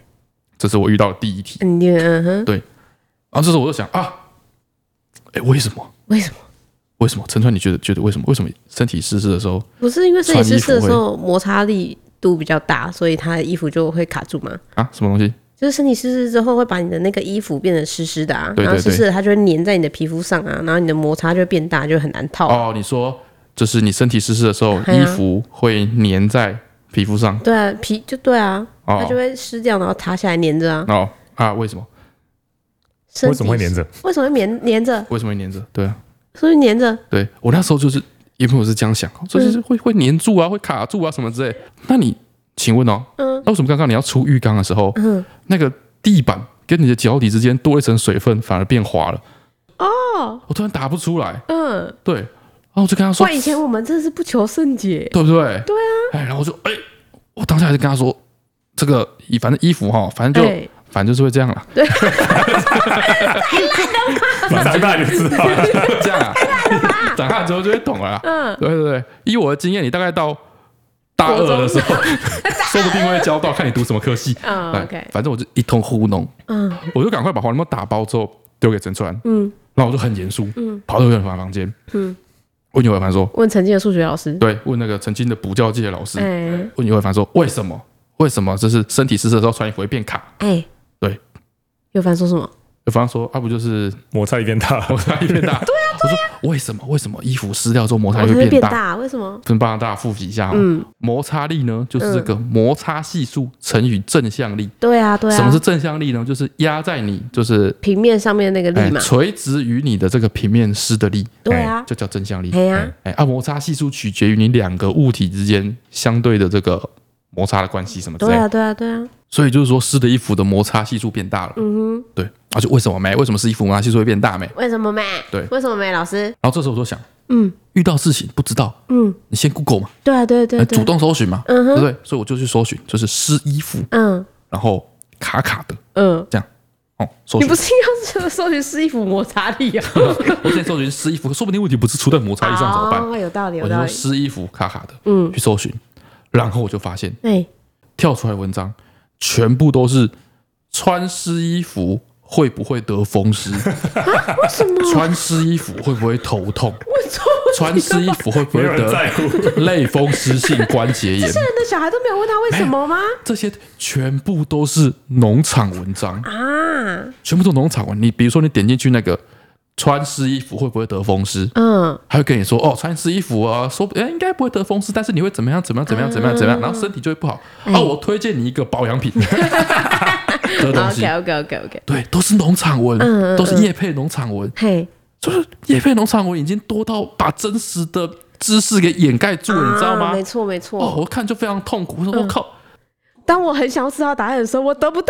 B: 这是我遇到的第一题。
A: 嗯嗯哼，
B: 然后这时候我就想啊，哎，为什么？
A: 为什么？
B: 为什么？陈川，你觉得觉得为什么？为什么身体湿湿的时候，
A: 不是因为身体
B: 穿
A: 湿
B: 衣服
A: 湿的时候摩擦力度比较大，所以他的衣服就会卡住吗？
B: 啊，什么东西？
A: 就是身体湿湿之后，会把你的那个衣服变得湿湿的啊，
B: 对对
A: 然后湿
B: 对
A: 湿的它就会粘在你的皮肤上啊，然后你的摩擦就会变大，就很难套。
B: 哦，你说就是你身体湿湿的时 候，
A: 哎呀
B: 衣服会粘在皮肤上
A: 对啊，皮就对啊，
B: 哦
A: 它就会湿掉，然后塌下来粘着啊。
B: 哦啊？为什么？
A: 身体
C: 为什么会粘着？
A: 为什么会粘粘着？
B: 为什么会粘着？对啊，
A: 是不是粘着？
B: 对我那时候就是因为我是这样想，
A: 嗯
B: 所以就是会会粘住啊，会卡住啊什么之类。那你请问哦，
A: 嗯
B: 那为什么刚刚你要出浴缸的时候，
A: 嗯，
B: 那个地板跟你的脚底之间多一层水分，反而变滑了？
A: 哦，
B: 我突然答不出来，
A: 嗯，
B: 对，然后我就跟他说
A: 哇，，以前我们真的是不求甚解。
B: 对不对？对啊，哎，然后我就哎，我当下就跟他说，这个反正衣服哈，反正就
A: 哎，
B: 反正就是会这样了。
C: 你长大就知道 了。
B: 这样啊，长大之后就会懂了啦。
A: 嗯，
B: 对对对，以我的经验，你大概到大二的时 候，说不定会交到，看你读什么科系。
A: 嗯
B: 哎
A: OK
B: 反正我就一通糊弄，
A: 嗯，
B: 我就赶快把黄连帽打包之后丢给陈川，
A: 嗯，
B: 然后我就很严肃，
A: 嗯，
B: 跑到岳凡房间，
A: 嗯，
B: 问岳凡说，
A: 问曾经的数学老师，
B: 对，问那个曾经的补教界的老师，
A: 哎
B: 问岳凡说，为什么？为什么就是身体湿湿的时候穿衣服会变卡？
A: 哎，
B: 对，
A: 有凡说什么？
B: 岳凡说，啊，不就是
C: 摩擦力变大，
B: 摩擦力变大？对啊，我说为什么？为什么衣服湿掉之后摩擦
A: 哦
B: 力
A: 它
B: 会
A: 会
B: 变
A: 变
B: 大？
A: 大，为什么？
B: 跟帮大家复习一下、哦，
A: 嗯
B: 摩擦力呢，就是这个摩擦系数乘以正向力。
A: 对啊，对啊。
B: 什么是正向力呢？就是压在你，就是
A: 平面上面那个
B: 哎
A: 力嘛？
B: 垂直于你的这个平面施的力，
A: 对啊，
B: 就叫正向力。
A: 哎呀，
B: 哎，啊，摩擦系数取决于你两个物体之间相对的这个摩擦的关系什么之类
A: 对
B: 的。
A: 啊，对啊，对啊。
B: 所以就是说，湿的衣服的摩擦系数变大了。
A: 嗯哼，
B: 对，啊，就为什么没？为什么湿衣服摩擦系数会变大没？
A: 为什么没？
B: 对
A: 为什么没？老师，
B: 然后这时候我就想，
A: 嗯
B: 遇到事情不知道，
A: 嗯，
B: 你先 Google 嘛，
A: 对啊，对对
B: 哎
A: 对
B: 主，动搜寻嘛，
A: 嗯
B: 对不
A: 哼，
B: 对？所以我就去搜寻，就是湿衣服。
A: 嗯
B: 然后卡卡的
A: 嗯。
B: 这样。哦，搜
A: 你
B: 寻
A: 不，是要搜搜寻湿衣服摩擦力 啊？
B: 我现在搜寻湿衣服，说不定问题不是出在摩擦力上怎么办？
A: 哦，有道理，有
B: 我就
A: 道
B: 说
A: 理。
B: 湿衣服卡卡的，
A: 嗯
B: 去搜寻，然后我就发现
A: 哎，
B: 跳出来文章全部都是穿湿衣服会不会得风湿？
A: 为什么？
B: 穿湿衣服会不会头痛？
A: 我错误
B: 穿湿衣服会不
C: 没
B: 会
C: 有人在
B: 得
C: 乎。
B: 类风湿性关节炎？
A: 现在的小孩都没有问他为什么吗？
B: 这些全部都是农场文章，
A: 啊，
B: 全部都农场文。你比如说，你点进去那个穿湿衣服会不会得风湿？
A: 嗯，
B: 他会跟你说哦，穿湿衣服啊，说哎、应该不会得风湿，但是你会怎么样怎么样怎么样怎么样怎
A: 嗯
B: 么样，然后身体就会不好。哦，我推荐你一个保养 品这东西
A: OK，OK OK OK，
B: 对，都是农场文，
A: 嗯嗯
B: 都是叶配农场文，
A: 嘿，
B: 就是叶配农场文已经多到把真实的知识给掩盖住了，你知道
A: 啊
B: 吗
A: 没？错嗯没
B: 哦，
A: 错。
B: 我看就非常痛苦，我说我靠，
A: 当我很想要知道答案的时候，我得不到。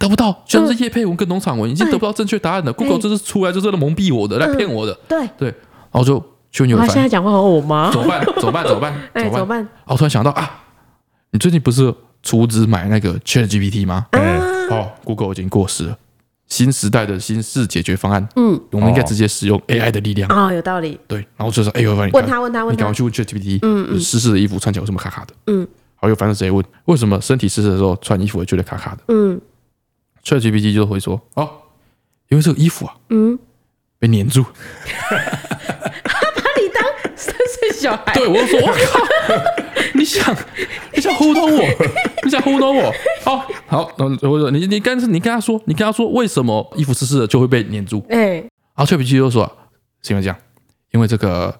B: 得不到，
A: 嗯
B: 居然是叶配文跟农场文，已经得不到正确答案了。Google 就是出来就是在蒙蔽我的，来骗我的，
A: 对，
B: 对，然后就去问牛
A: 我现
B: 凡
A: 在，讲话嗯好像哦我妈。
B: 怎么办？怎么办？怎么办？
A: 哎，怎么办？
B: 哦，突然想到啊，你最近不是出资买那个 Chat GPT 吗？
C: 嗯，
B: 哦，Google 已经过时了，新时代的新式解决方案，
A: 嗯，
B: 我们应该直接使用 AI 的力量。
A: 哦，有道理。
B: 对，然后就说，哎呦，你
A: 问
B: 赶
A: 他，问他，
B: 你
A: 问
B: 赶
A: 他
B: 快。去问 Chat GPT，嗯嗯，湿湿的衣服穿起来有什么卡卡的？
A: 嗯，
B: 好，又反正直接问，为什么身体湿湿的时候穿衣服会觉得卡卡的
A: 嗯
B: ？Chat GPT 就会说，哦，因为这个衣服啊
A: 嗯，
B: 被粘住。
A: 把你当三岁小孩。
B: 对，我就说，我靠，你想，你想糊弄我，你想糊弄我，好好，然后我说你你跟你跟他说，你跟他说为什么衣服湿湿的就会被粘住？
A: 哎，
B: 然后脆皮鸡就说，啊是因为这样，因为这个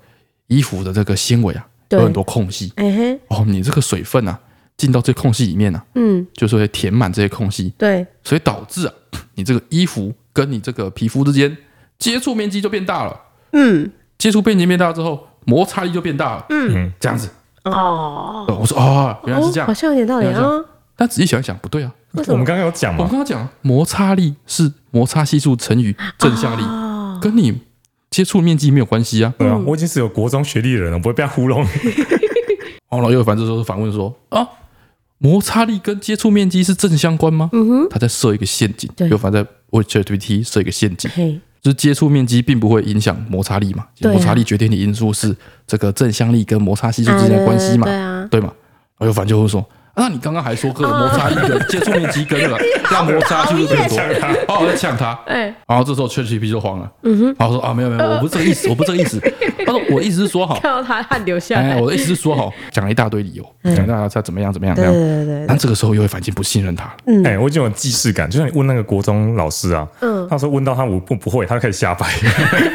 B: 衣服的这个纤维啊，
A: 对
B: 有很多空隙
A: 哎嘿，
B: 哦，你这个水分啊进到这空隙里面啊，
A: 嗯，
B: 就是会填满这些空隙，
A: 对，
B: 所以导致啊， 你这个衣服跟你这个皮肤之间接触面积就变大了，
A: 嗯，
B: 接触面积变大之后，摩擦力就变大了，嗯，这样子。
A: 哦，
B: 哦，我说哦，原来是这
A: 哦好
B: 样。
A: 像有点道理
B: 原来是这
A: 啊。
B: 但仔细想一想，不对啊。
A: 为什
C: 我们
A: 么？
C: 刚刚有讲
B: 我
C: 嘛
B: 刚，刚讲摩擦力是摩擦系数乘以正向力，
A: 哦，
B: 跟你接触面积没有关系啊。
C: 对啊，我已经是有国中学历的人了，我不会被他糊弄。
B: 哦，然后又反这时候反问说啊，摩擦力跟接触面积是正相关吗？
A: 嗯哼，
B: 他在设一个陷阱，
A: 对
B: 又反在为 ChatGPT 设一个陷阱，
A: 嘿，
B: 就是接触面积并不会影响摩擦力嘛，
A: 对啊
B: 摩擦力决定的因素是这个正向力跟摩擦系数之间的关系嘛
A: 啊
B: 哎
A: 对，啊，哦
B: 对嘛？然后又反就会说啊那你刚刚还说个摩擦一根，接触面积一 根了，那摩擦是不是更多？哦，我在呛他。
A: 哎，嗯
B: 然后这时候 ChatGPT 就慌了，然后说啊，没有没有，我不是这个意思，我不是这个 意思。他说我的意思是说好，
A: 看到他汗流下
B: 哎，
A: 来。
B: 我的意思是说好，讲了一大堆理由，讲到他怎么样怎么样怎
A: 嗯对
B: 么
A: 对
B: 样。
A: 对对，
B: 但这个时候又会反击不信任他了。
C: 哎、我已经有既视感，就像你问那个国中老师啊，
A: 嗯
C: 他说问到他我不不会，他就开始瞎掰，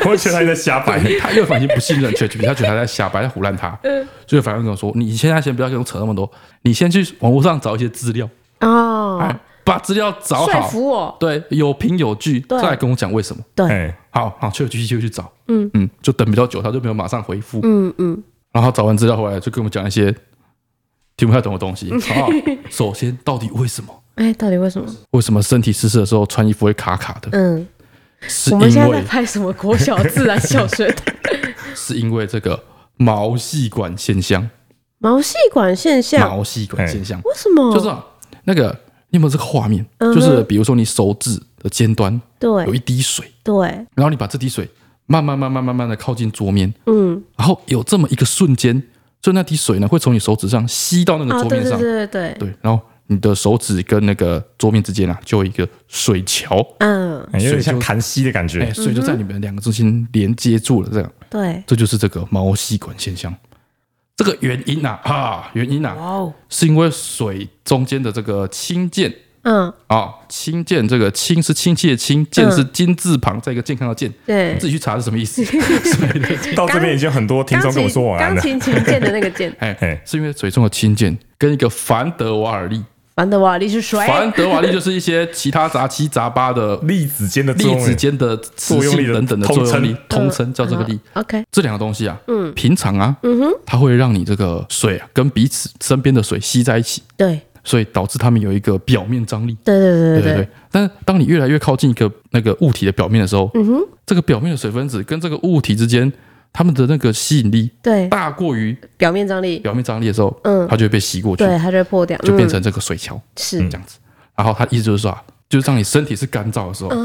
C: 我就觉得他在瞎掰。
B: 他又反击不信任 ChatGPT，他觉得他在瞎掰，在胡乱他。
A: 嗯
B: 所以反而跟我说，你现在先不要跟我扯那么多，你先去网络上找一些资料，
A: 哦
B: 哎，，把资料找
A: 说
B: 好，
A: 服我，
B: 对，有凭有据，
A: 对
B: 再来跟我讲为什么。
C: 哎、
A: 对，
B: 好好，去继续去找，嗯嗯，就等比较久，他就没有马上回复，嗯嗯，然后找完资料回来就跟我们讲一些听不太懂的东西。
A: 嗯
B: 好，首先到底为什么？
A: 哎，到底为什么？
B: 为什么身体湿湿的时候穿衣服会卡卡的？
A: 嗯，
B: 是
A: 我们现
B: 因
A: 在在
B: 为
A: 拍什么国小自然小学的
B: 是因为这个毛细管现象，
A: 毛细管现象？
B: 毛细管现象
A: 为什么？
B: 就是啊那个你有没有这个画面？
A: 嗯嗯哼
B: 就是比如说你手指的尖端有
A: 对
B: 一滴水，
A: 对，
B: 然后你把这滴水慢慢慢慢慢慢的靠近桌面，
A: 嗯，
B: 然后有这么一个瞬间，就那滴水呢会从你手指上吸到那个
A: 啊，
B: 桌
A: 对
B: 面
A: 对
B: 上，
A: 对对对，
B: 对然后你的手指跟那个桌面之间啊，就有一个水桥，
A: 嗯，
C: 哎有
B: 所
C: 点像
B: 以就
C: 痰息的感觉。
B: 哎、水就在你们两个之间连接住了，这样，
A: 对，
B: 这就是这个毛细管现象。这个原因啊，啊，原因啊，
A: 哦，
B: 是因为水中间的这个氢键
A: 嗯，
B: 啊，氢键这个氢是氢气的氢，键
A: 嗯
B: 是金字旁再一个健康的健，
A: 对。
B: 自己去查是什么意 思。水的，
C: 到这边已经有很多听众跟我说晚安
A: 钢
C: 了。
A: 琴琴键的那个键
B: 哎
C: 哎，
B: 是因为水中的氢键跟一个凡德瓦尔力，
A: 凡德瓦利是谁？
B: 凡德瓦力就是一些其他杂七杂八 的
C: 粒子间的作
B: 粒
C: 用
B: 子间的磁性等等的作用力，通称叫这个力。
A: 嗯 OK，
B: 这两个东西啊，嗯，平常啊，嗯哼，它会让你这个水啊跟彼此身边的水吸在一起，
A: 对
B: 所以导致它们有一个表面张力。
A: 对对对
B: 对对对，但是当你越来越靠近一个那个物体的表面的时候，嗯哼，这个表面的水分子跟这个物体之间，它们的那个吸引力
A: 对，
B: 大过于
A: 表面张力，
B: 表面张力的时候，
A: 嗯
B: 它就会被吸过去，
A: 对，它就会破掉，
B: 就变
A: 嗯
B: 成这个水桥。
A: 是，
B: 这样子。然后他意思就是说啊，就是当你身体是干燥的时候，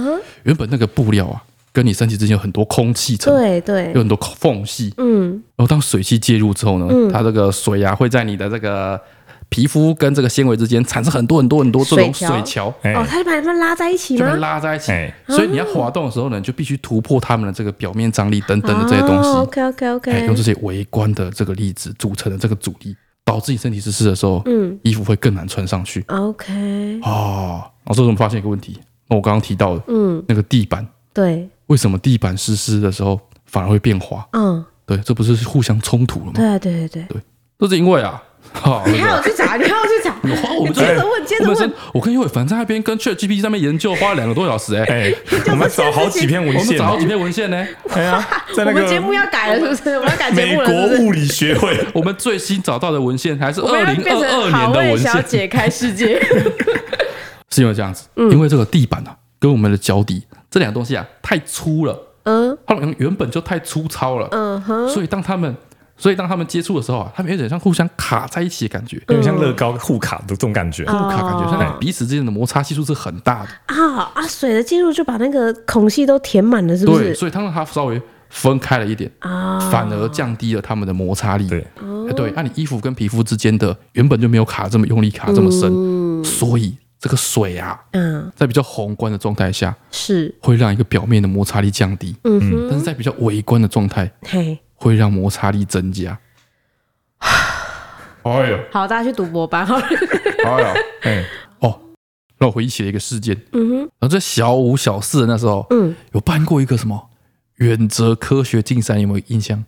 B: 原本那个布料啊，跟你身体之间有很多空气层，
A: 对对
B: 有，很多空缝隙。
A: 嗯，
B: 然后当水汽介入之后呢，它这个水啊会在你的这个皮肤跟这个纤维之间产生很多很多很多这种
A: 水桥
B: 水桥，
C: 哎
A: 哦，它就把它们拉在一起
B: 就
A: 吗
B: 会？拉在一起。
C: 哎
B: 所以你要滑动的时候呢，你就必须突破它们的这个表面张力等等的这些东西。
A: OK OK
B: 哎，
A: 哦 OK，
B: 用这些微观的这个粒子组成的这个阻力，导致你身体湿湿的时候，
A: 嗯
B: 衣服会更难穿上去。
A: OK，
B: 哦，老师，我们发现一个问题，那我刚刚提到的
A: 嗯，
B: 那个地板，
A: 对，
B: 为什么地板湿湿的时候反而会变滑？
A: 嗯，
B: 对，这不是互相冲突了吗？
A: 对对对对，
B: 这是因为啊，哈、
A: 嗯你还有去查，你还有去 查，
B: 有花我们
A: 接
B: 这
A: 着问，接
B: 我
A: 着
B: 们
A: 问
B: 是，，我跟尤伟凡在那边跟 ChatGPT 上面研究，花了两个多小时哎、
C: 哎， 我们找好几篇
B: 我
C: 文
B: 们
C: 献
B: 找
C: 啊，
B: 好几篇文献呢、
C: 哎呀，在
A: 我
C: 那
A: 们节目
C: 个
A: 要改了，是不是？我们要改节
C: 美
A: 目了，是不
C: 国
A: 是？
C: 物理学 会，
B: 我们最新找到的文献还是
A: 我们
B: 二
A: 要
B: 零
A: 变
B: 二
A: 成
B: 二
A: 好
B: 年的
A: 味
B: 文
A: 小
B: 献，
A: 姐开世界，
B: 是因为这样子，因为这个地板啊，跟我们的脚底这两个东西啊太粗了，
A: 嗯
B: 它们原本就太粗糙了，
A: 嗯哼，
B: 所以当他们，所以当他们接触的时候啊，他们有点像互相卡在一起的感觉，
C: 有点像乐高互卡的这种感觉。
A: 哦
B: 互卡感觉，他
A: 嗯哦
B: 们彼此之间的摩擦系数是很大的，
A: 啊啊，水的进入就把那个孔隙都填满了，是不
B: 对，
A: 是？
B: 所以当它稍微分开了一点，
A: 啊，
B: 反而降低了他们的摩擦力。
C: 对，
A: 哦
B: 哎对，那你衣服跟皮肤之间的原本就没有卡这么用力，卡这么深，所以这个水啊，
A: 嗯，
B: 在比较宏观的状态下，
A: 是，
B: 会让一个表面的摩擦力降低，
A: 嗯哼，
B: 但是在比较微观的状态，
A: 嘿，
B: 会让摩擦力增加。哎呦，
A: 好，大家去赌博 吧，好了，
B: 哎呦。
C: 哎，
B: 哦，让我回忆起了一个事件。
A: 嗯哼，
B: 然后在小五、小四的那时候，
A: 嗯，
B: 有办过一个什么远哲科学竞赛，有没有印象？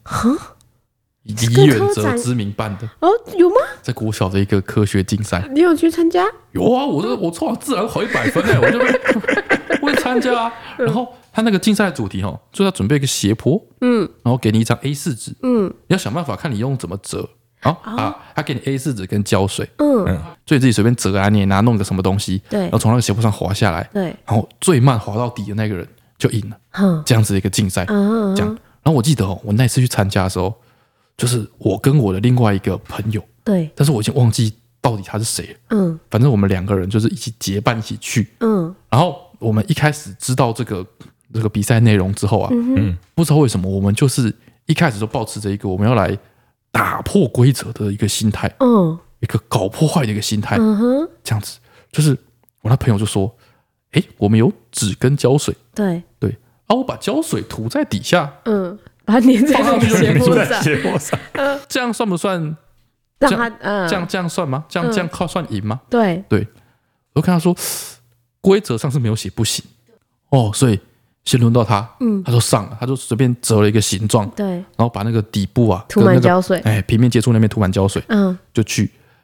B: 以远哲之名办的，
A: 哦，有吗？
B: 在国小的一个科学竞赛。
A: 你有去参加？
B: 有啊，我这我错了，自然考一百分哎、我 就被我也参加啊。然后他那个竞赛的主题哦，就要准备一个斜坡，
A: 嗯
B: 然后给你一张 A 四纸，
A: 嗯
B: 你要想办法看你用怎么折。好
A: 哦
B: 啊，他给你 A 四纸跟胶水，
A: 嗯，哦
B: 所以自己随便折啊，捏啊，弄个什么东西，
A: 对
B: 然后从那个斜坡上滑下来，
A: 对，
B: 然后最慢滑到底的那个人就赢了，
A: 哼，
B: 这样子的一个竞赛，
A: 嗯
B: 这样。然后我记得哦，我那次去参加的时候，就是我跟我的另外一个朋友，
A: 对，
B: 但是我已经忘记到底他是谁了。
A: 嗯
B: 反正我们两个人就是一起结伴一起去。
A: 嗯
B: 然后我们一开始知道这个这个比赛内容之后啊，
C: 嗯，
B: 不知道为什么我们就是一开始就保持着一个我们要来打破规则的一个心态，
A: 嗯，
B: 因一个搞破坏的一个心态，这样子。就是我那朋友就说：“哎，我们有纸跟胶水，
A: 对，
B: 对啊，我把胶水涂在底下，
A: 嗯，把它粘在那个斜坡
C: 在
A: 上，
C: 斜坡上，
B: 这样算不算？
A: 让
B: 这样
A: 它嗯，
B: 这样这样算吗？这样这样靠算赢吗？”
A: 对，
B: 我就看他说规则上是没有写不行哦，所以先轮到他，嗯，他就上了，他就随便折了一个形状，
A: 对，
B: 然后把那个底部啊
A: 涂
B: 跟
A: 满
B: 那个
A: 胶水
B: 哎，平面接触那边涂满胶水
A: 嗯，
B: 就去，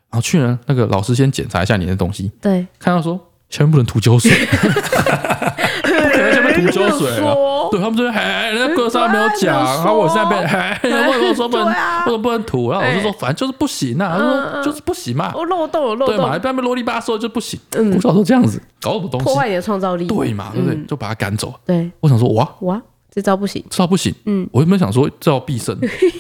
B: 然后去呢，那个老师先检查一下你的东西，
A: 对，
B: 看到说前面不能涂 胶水，不可能前面涂胶水
A: 没有
B: 啊。
A: 说
B: 对他们就说，哎，人家哥莎没有讲，
A: 哎没有说
B: 然后我现在被，哎，为什么说不能，
A: 对啊
B: 为什么不能涂？然后我就说，
A: 哎
B: 反正就是不行啊，
A: 嗯
B: 他说就是不行嘛，
A: 我漏洞，有漏
B: 对嘛，
A: 洞，
B: 不然被啰里吧嗦就不行。我小时候这样子搞什么东
A: 破
B: 西，
A: 坏你嗯的创造力，
B: 对嘛，对不对？就把他赶走。
A: 对，
B: 我想说，哇，
A: 哇，这招不行，
B: 这道不行。嗯，我原本想说这道 必胜，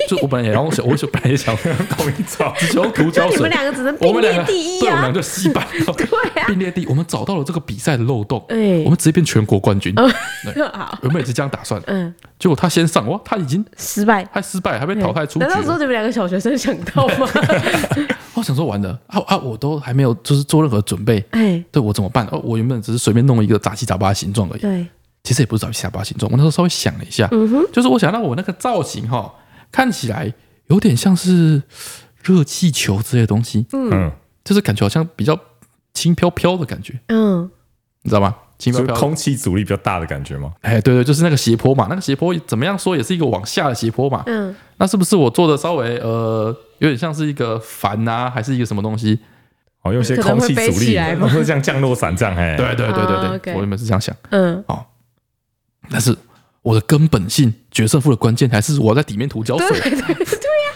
B: 就我本来也，然后我想，我就本来也想
C: 同一招，
B: 只想涂胶
A: 你
B: 水
A: 们，两个只能
B: 我
A: 并
B: 们两
A: 列
B: 个
A: 第一
B: 对，我们
A: 啊
B: 两，个就惜败，
A: 对啊，
B: 并列第一。我们找到了这个比赛的漏洞，
A: 哎
B: 我们直接变全国冠
A: 嗯
B: 军。
A: 好，
B: 原本也是这样打算，
A: 嗯，
B: 结果他先上，哇，他已经
A: 失败。
B: 他失败，还被淘汰出局
A: 嗯难道说
B: 了。
A: 你们两个小学生想到 吗？
B: 我想说，完了啊啊，我都还没有就是做任何准备，
A: 哎，
B: 对我怎么办？哦，我原本只是随便弄一个杂七杂八的形状而已。
A: 对，
B: 其实也不是找下巴形状，我那时候稍微想了一
A: 嗯
B: 下，就是我想让我那个造型哈、看起来有点像是热气球之类的东西，
C: 嗯，
B: 就是感觉好像比较轻飘飘的感觉，
A: 嗯，
B: 你知道吗？轻飘
C: 就是
B: 飘的。
C: 空气阻力比较大的感觉吗？
B: 哎，对对，就是那个斜坡嘛，那个斜坡怎么样说也是一个往下的斜坡嘛。
A: 嗯，
B: 那是不是我做的稍微呃有点像是一个帆啊，还是一个什么东西？
C: 哦，用一些
A: 可能
C: 空
A: 会
C: 气
A: 飞
C: 阻
A: 起
C: 力，
A: 来吗
C: 或者像降落伞这样，哎，
B: 对对对
A: 啊
B: 对
A: ，OK
B: 对，我原本是这样想，
A: 嗯，
B: 但是我的根本性决胜负的关键还是我在底面涂胶
A: 对啊
B: 水，
A: 对对对，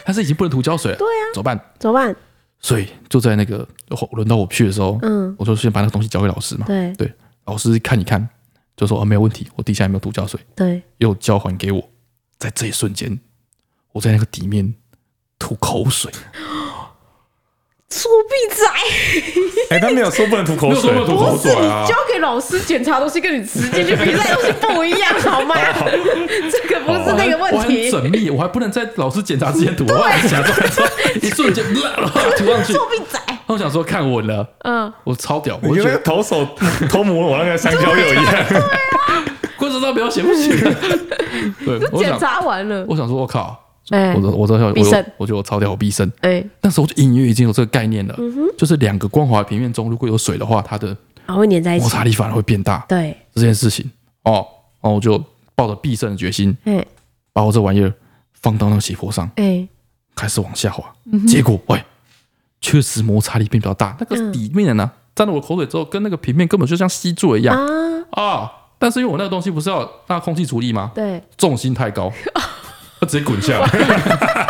B: 但是已经不能涂胶水了，对呀、怎么办？
A: 怎么办？
B: 所以就在那个哦轮到我去的时候，
A: 嗯，
B: 我就先把那个东西交给老师嘛。
A: 对
B: 对，老师看一看，就说啊没有问题，我底下也没有涂胶水，
A: 对，
B: 又交还给我。在这一瞬间，我在那个底面吐口水，
A: 作弊仔，
C: 哎，他没有说不能吐口水，
B: 没有说不能吐口
A: 不
B: 口啊
A: 是你交给老师检查东西，跟你直接去比赛东西不一样，好吗？
B: 哦
A: 这个不是那个
B: 我
A: 问
B: 很
A: 题，
B: 缜密，我还不能在老师检查之前吐，我还假装说一瞬间呃涂上去。
A: 作弊仔，
B: 我想说看我了，
A: 嗯，
B: 我超屌，
C: 你
B: 我就
C: 跟
B: 觉
C: 那个
B: 得
C: 投手 偷摸我那个香蕉柚一样，
B: 规则上没有写不 行。对，我
A: 检
B: 想，
A: 查完了，
B: 我想说，我靠，
A: 哎
B: 我的我的我
A: 必胜
B: 我觉得我超屌，我必胜。
A: 哎，
B: 那时候就隐约已经有这个概念了，就是两个光滑平面中如果有水的话，它的
A: 然后会粘在一
B: 摩
A: 起，
B: 擦力反而会变大
A: 对，
B: 这件事情。哦，然后我就抱着必胜的决心，
A: 哎
B: 把我这玩意儿放到那个斜坡上，
A: 哎，
B: 开始往下滑。
A: 嗯
B: 结果，喂，确实摩擦力变比较大，那个底面呢、沾了我口水之后，跟那个平面根本就像吸住了一样
A: 啊，
B: 啊、但是因为我那个东西不是要那空气阻力吗？
A: 对，
B: 重心 太高，它直接滚下来。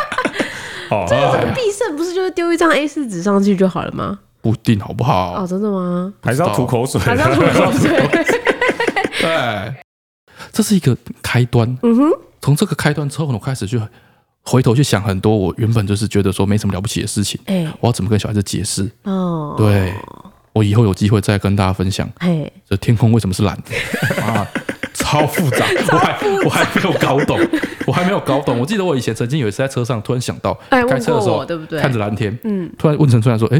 C: 哦，
A: 这个必胜不是就是丢一张 A 4纸上去就好了吗？
B: 不定好不好？
A: 哦，真的吗？
C: 还是要吐口水，
A: 马上吐口水，
B: 对，这是一个开端。
A: 嗯哼，
B: 从这个开端之后呢，我开始去回头去想很多我原本就是觉得说没什么了不起的事情，
A: 哎，
B: 我要怎么跟小孩子解释？
A: 哦，
B: 对我以后有机会再跟大家分享，
A: 嘿，
B: 这天空为什么是蓝 的啊？超复杂，我还我还没有搞懂， 我还没有搞懂。我记得我以前曾经有一次在车上突然想到，
A: 哎问
B: 开车的时
A: 过
B: 候
A: 我对不对
B: 看着蓝天，
A: 嗯，
B: 突然问陈春兰说：“哎，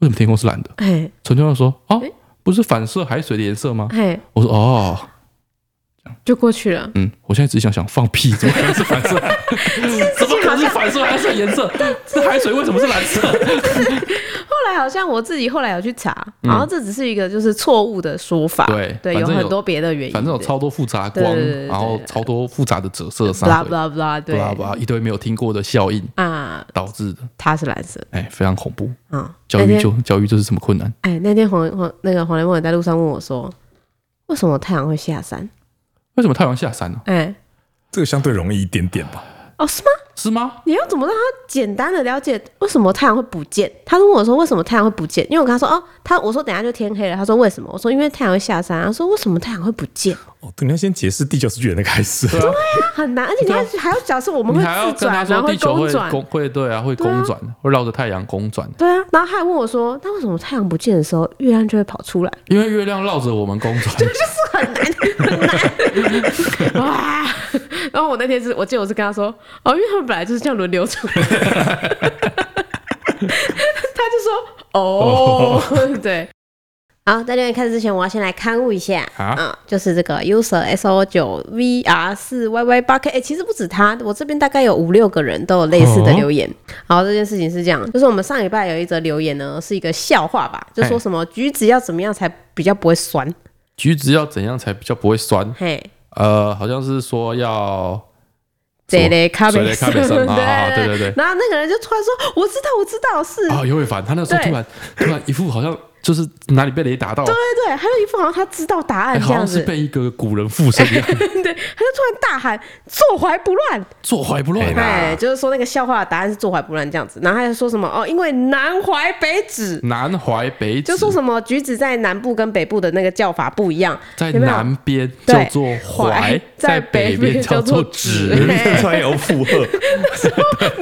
B: 为什么天空是蓝的
A: 嘿，？”
B: 陈春兰说：“哦
A: 哎，
B: 不是反射海水的颜色吗
A: 嘿，？”
B: 我说：“哦，
A: 就过去了。
B: 嗯，我现在只想想放 屁，怎么可能是反射？怎么可能是反射还是颜色？这海水为什么是蓝色？
A: 后来好像我自己后来有去查，然后这只是一个就是错误的说法，
B: 嗯对反
A: 有
B: 正有
A: 很多别的原因，
B: 反正有超多复杂
A: 对
B: 光
A: 对对对对，
B: 然后超多复杂的折射
A: 对，blah
B: 上回，
A: blah blah，对
B: 巴拉巴拉一堆没有听过的效应
A: 啊，
B: 导致的，
A: 它是蓝色
B: 哎，非常恐怖。
A: 啊。
B: 教
A: 那
B: 育
A: 天
B: 就教育这是什么困难？
A: 哎，那天黄黄那个黄连梦也在路上问我说，为什么太阳会下山？
B: 为什么太阳下山呢？
A: 哎，
C: 这个相对容易一点点吧。
A: 哦是吗？
B: 是吗？
A: 你要怎么让他简单的了解为什么太阳会不见？他就问我说为什么太阳会不见？因为我跟他说哦，他我说等一下就天黑了，他说为什么？我说因为太阳会下山啊。他说为什么太阳会不 见？
C: 哦，对，你要先解释第九十卷的开始。
B: 对啊，
A: 很难，而且你还还要假设我们
B: 你
A: 会
B: 还要
A: 自
B: 跟他
A: 转，然
B: 说
A: 后
B: 地球
A: 公
B: 会
A: 转，
B: 公会对啊，会公转，会绕着太阳公转，
A: 对啊，然后他还问我说：“那为什么太阳不见的时候，月亮就会跑出来
B: 因为月亮绕着我们公 转。？”
A: 是很难很难 哇！然后我那天是我记得我是 跟他说：“哦，因为他们本来就是这样轮流出来。”他就说哦，对。好，在留言开始之前，我要先来刊物一下
B: 啊
A: 嗯，就是这个 user S O 九 V R 四 Y Y 八 K，哎，其实不止他，我这边大概有五六个人都有类似的留言。好，这件事情是这样，就是我们上礼拜有一则留言呢，是一个笑话吧，就说
B: 嘿
A: 什么橘子要怎么样才比较不会酸？
B: 橘子要怎样才比较不会酸？
A: 嘿，
B: 呃，好像是说要
A: 这类咖啡
B: 水雷咖啡酸啊啊对对对
A: 然后那个人就突然说：“我知道，我知道是。
B: 啊，尤伟凡他那时候
A: 对
B: 突然突然一副好像就是哪里被雷打到，
A: 对对，还有一副好像他知道答
B: 哎
A: 案这
B: 好
A: 样
B: 像
A: 子，
B: 是被一个古人附身一 样，
A: 对，他就突然大喊“坐怀不乱
B: 坐怀不”，乱啊，
A: 哎，就是说那个笑话的答案是“坐怀不乱”这样子，然后他就说什么哦，因为南怀北指，
B: 南怀北指
A: 就说什么橘子在南部跟北部的那个叫法不一样，
B: 在
A: 有没有
B: 南边
A: 对
B: 叫做怀，
A: 在
B: 在
A: 北
B: 北
A: 边
B: 边
A: 叫
B: 叫
A: 做
B: 做
A: 指
B: 指。
C: 突然有附 和，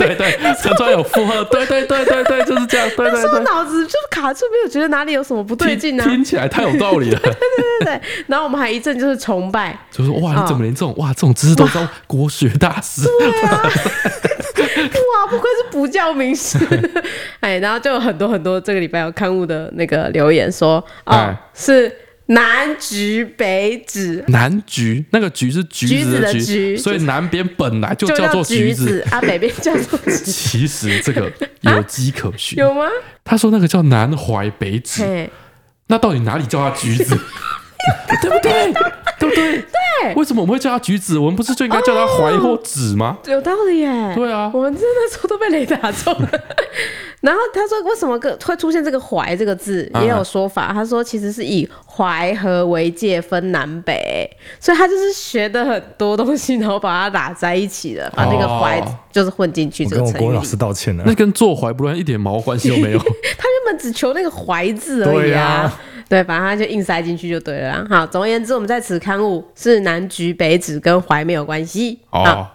B: 对对，陈川有附和，对对对对对，就是这样，对
A: 那
B: 对
A: 时候
B: 对。
A: 脑子就卡住，没有觉得哪里有什么不对劲呢、
B: 听听起来太有道 理了，
A: 对对对。然后我们还一阵就是崇拜，
B: 就说哇，你怎么连这种哇这种知识都知道？国学 大师，
A: 啊哇，不愧是补教名 师。哎，然后就有很多很多这个礼拜有刊物的那个留言说，哦，
B: 哎
A: 是南橘北枳，
B: 南橘那个橘是橘子
A: 橘子的橘
B: 橘，所以南边本来就
A: 就
B: 叫
A: 叫
B: 做
A: 橘
B: 橘
A: 子
B: 子。
A: 啊，北边叫做橘 子，
B: 其实这个有迹可循。
A: 有吗？哎
B: 他说那个叫南怀北枳，
A: 嘿，
B: 那到底哪里叫它橘 子？对不对？对不对？对。为什么我们会叫它橘子？我们不是就应该叫它怀或枳吗？
A: 有道理耶。
B: 对啊
A: 我们真的时候都被雷打中 了。然后他说，为什么个会出现这个“淮”这个字，也有说法。他说，其实是以淮河为界分南北，所以他就是学的很多东西，然后把它打在一起了，把那个“淮
B: 哦”
A: 就是混进去
C: 我
A: 这
C: 跟
A: 个
C: 我
A: 成
C: 国
A: 语
C: 文
A: 里。
C: 老师道歉了啊
B: 那。跟坐怀不乱一点毛关系都 没有。
A: 他原本只求那个“怀”字而已啊，对，把它就硬塞进去就对了啦。好，总而言之，我们在此刊物是南橘北枳跟“怀”没有关系。好，
B: 哦，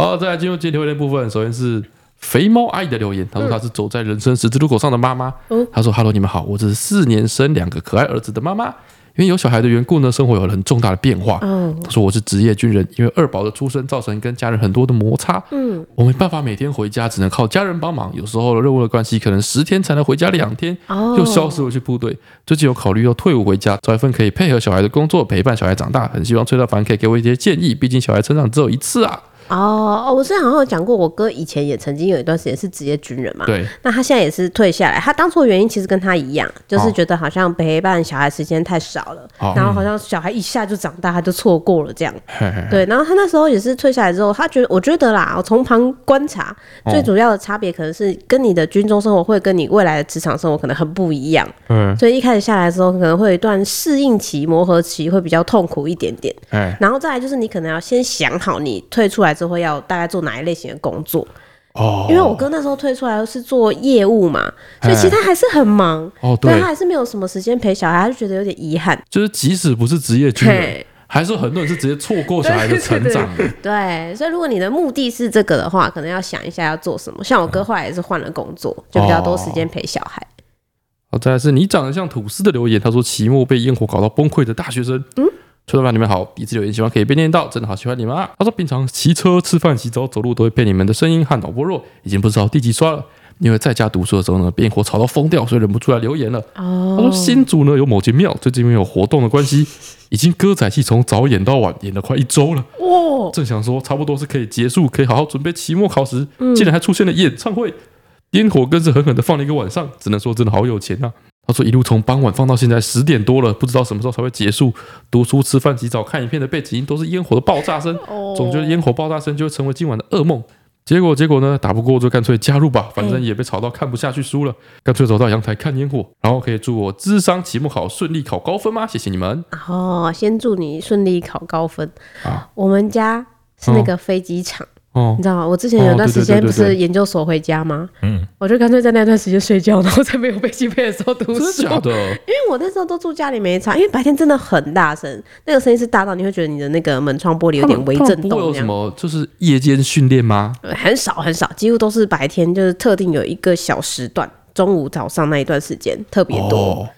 B: 好，再来进入今天留言部分。首先是肥猫阿姨的留言，她说她是走在人生十字路口上的妈妈
A: 哦。
B: 她说：“Hello，你们好，我只是四年生两个可爱儿子的妈妈。因为有小孩的缘故呢，生活有了很重大的变化。
A: 哦，
B: 她说我是职业军人，因为二宝的出生造成跟家人很多的摩擦，
A: 嗯，
B: 我没办法每天回家，只能靠家人帮忙。有时候任务的关系，可能十天才能回家两天，
A: 哦，
B: 又消失回去部队。最近有考虑要退伍回家，找一份可以配合小孩的工作，陪伴小孩长大。很希望崔大凡可以给我一些建议，毕竟小孩成长只有一次 啊。
A: 哦，哦我之前好像有讲过，我哥以前也曾经有一段时间是职业军人嘛。
B: 对，
A: 那他现在也是退下来，他当初的原因其实跟他一样，就是
B: 哦
A: 觉得好像陪伴小孩时间太少了，
B: 哦
A: 然后好像小孩一下就长大，他就错过了这样。
B: 嘿嘿嘿
A: 对，然后他那时候也是退下来之后，他觉得，我觉得啦，我从旁观察，
B: 哦
A: 最主要的差别可能是跟你的军中生活会跟你未来的职场生活可能很不一样，
B: 嗯，
A: 所以一开始下来的时候，可能会有一段适应期、磨合期会比较痛苦一点点。
B: 哎，
A: 然后再来就是你可能要先想好你退出来之后要大概做哪一类型的工作，
B: 哦，
A: 因为我哥那时候退出来是做业务嘛，所以其实他还是很忙，
B: 哦
A: 对
B: 对
A: 他，还是没有什么时间陪小孩，他就觉得有点遗憾。
B: 就是即使不是职业军人，
A: 嘿，
B: 还是很多人是直接错过小孩的成长的。
A: 对，所以如果你的目的是这个的话，可能要想一下要做什么。像我哥后来也是换了工作，就比较多时间陪小孩。
B: 好，再来是你长得像吐司的留言，他说期末被烟火搞到崩溃的大学生。嗯。崔老板，你们好！第一次留言，希望可以被念到，真的好喜欢你们啊！他说，平常骑车、吃饭、洗澡、走路都会被你们的声音和脑波弱，已经不知道第几刷了。因为在家读书的时候呢，被烟火吵到疯掉，所以忍不住来留言了。
A: 哦
B: 他说，新竹呢有某间庙，最近因为有活动的关系，已经歌仔戏从早演到晚，演了快一周了。
A: 哇，
B: 正想说差不多是可以结束，可以好好准备期末考试，竟然还出现了演唱会，烟火更是狠狠的放了一个晚上，只能说真的好有钱啊！他说一路从傍晚放到现在十点多了，不知道什么时候才会结束。读书、吃饭、洗澡、看影片的背景音都是烟火的爆炸声，
A: 哦
B: 总觉得烟火爆炸声就会成为今晚的噩梦。结果结果呢，打不过就干脆加入吧，反正也被吵到看不下去输了，干脆走到阳台看烟火。然后可以祝我智商期末考顺利考高分吗？谢谢你们。
A: 哦，先祝你顺利考高分。
B: 啊
A: 我们家是那个飞机场。
B: 哦
A: 你，知道吗？我之前有段时间不是研究所回家吗？嗯，我就干脆在那段时间睡觉，然后在没有被击飞的时候读
B: 真的
A: 书。
B: 假的？
A: 因为我那时候都住家里没差，因为白天真的很大声，那个声音是大到你会觉得你的那个门窗玻璃有点微
B: 他
A: 震
B: 们不
A: 动
B: 会有
A: 这
B: 什
A: 样。
B: 么就是夜间训练吗？
A: 呃很少很少，几乎都是白天，就是特定有一个小时段，中午早上那一段时间特别多。
B: 哦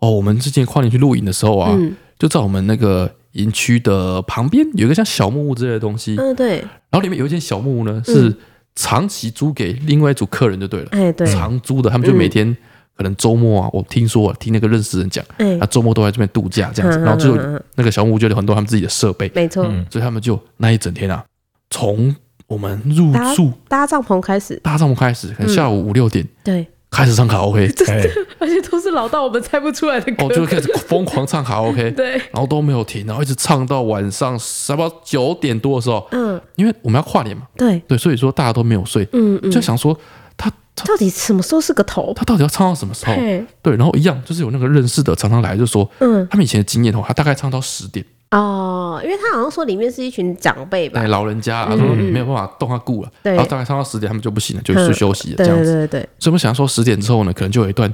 B: 哦，我们之前跨年去露营的时候啊，
A: 嗯
B: 就在我们那个营区的旁边有一个像小木屋之类的东西，
A: 嗯，对，嗯
B: 然后里面有一间小木屋呢是长期租给另外一组客人就对了，
A: 哎，对，嗯
B: 长租的，他们就每天可能周末啊，我听说啊，听那个认识人讲，
A: 哎
B: 啊，，周末都在这边度假这样子，
A: 嗯
B: 然后就
A: 嗯嗯嗯
B: 那个小木屋就有很多他们自己的设备，
A: 没错，
C: 嗯
B: 所以他们就那一整天啊，从我们入
A: 搭
B: 住
A: 搭帐篷开始，
B: 搭帐篷开始，可能下午五六点
A: 对，
B: 开始唱卡拉 OK，
C: 哎，
A: 而且都是老到我们猜不出来的歌，
B: 哦，就 开始疯狂唱卡拉 OK，
A: 对，
B: 然后都没有停，然后一直唱到晚上差不多九点多的时候，
A: 嗯，
B: 因为我们要跨年嘛，
A: 对，
B: 对，所以说大家都没有睡，
A: 嗯嗯，
B: 就想说他他
A: 到底什么时候是个头？
B: 他到底要唱到什么时候？
A: 嘿，
B: 对，然后一样就是有那个认识的常常来就说，
A: 嗯，
B: 他们以前的经验的话，他大概唱到十点，
A: 哦，因为他好像说里面是一群长辈吧
B: 哎，，老人家啊，说没有办法动他顾了，
A: 嗯对
B: 然后大概唱到十点，他们就不行了，就
A: 嗯
B: 去休息了这
A: 对
B: 样
A: 对
B: 子。
A: 对对，
B: 所以我们想说，十点之后呢，可能就有一段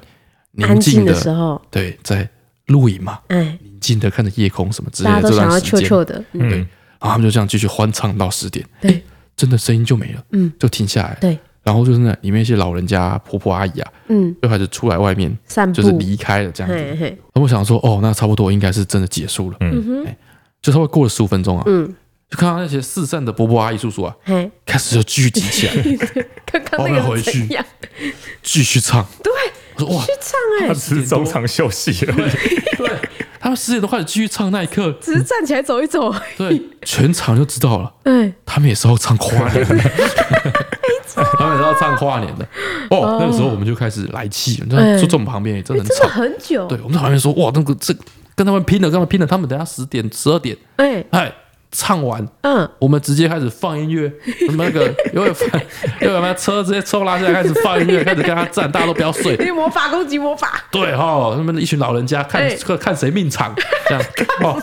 B: 宁
A: 安
B: 静
A: 静
B: 的，
A: 的时候，
B: 对，在露营嘛，
A: 哎，
B: 宁静的看着夜空什么之类
A: 大家
B: 的
A: 都
B: 这
A: 想要
B: 段时
A: 秋
B: 间，
A: 秋的，嗯
B: 对，然后他们就这样继续欢唱到十点，
A: 对
B: 哎，真的声音就没了，
A: 嗯，
B: 就停下来，
A: 对，
B: 然后就是那里面一些老人家、婆婆阿姨啊，
A: 嗯，
B: 就开始出来外面，
A: 散步
B: 就是，离开了这样子。
A: 嘿嘿，
B: 然后我想说，哦，那差不多应该是真的结束了，
A: 嗯哼，
B: 就稍微过了十五分钟啊，
A: 嗯，
B: 就看到那些四散的伯伯阿姨叔叔啊，
A: 嘿，
B: 开始就聚集起 来，
A: 刚刚
B: 我
A: 那
B: 们
A: 个
B: 回
A: 是
B: 去
A: 怎 样？
B: 继续唱。对，我说哇，
A: 哎
C: 他只是中场休息 而已。
B: 他们十点多开始继续唱那一刻，
A: 只是站起来走一走，
B: 对，全场就知道了，
A: 哎，
B: 他们也是要唱跨年的，他们也是要唱跨年的。哦，那个时候我们就开始来气，你知道
A: 哎，
B: 坐在我们旁边也真的很
A: 真的哦
B: 吵，
A: 很久，
B: 对，我们在旁边说，哇，那个这跟他们拼了，跟他们拼了，他们等下十点、十二点，
A: 哎，
B: 哎，唱完
A: 嗯，
B: 我们直接开始放音乐，我们那个 因为因为我们车直接抽拉下来开始放 音乐，开始跟他站，大家都不要睡。
A: 因为魔法攻击魔 法，
B: 对哈、他们一群老人家看、
A: 哎
B: 看看谁命长，这样哦。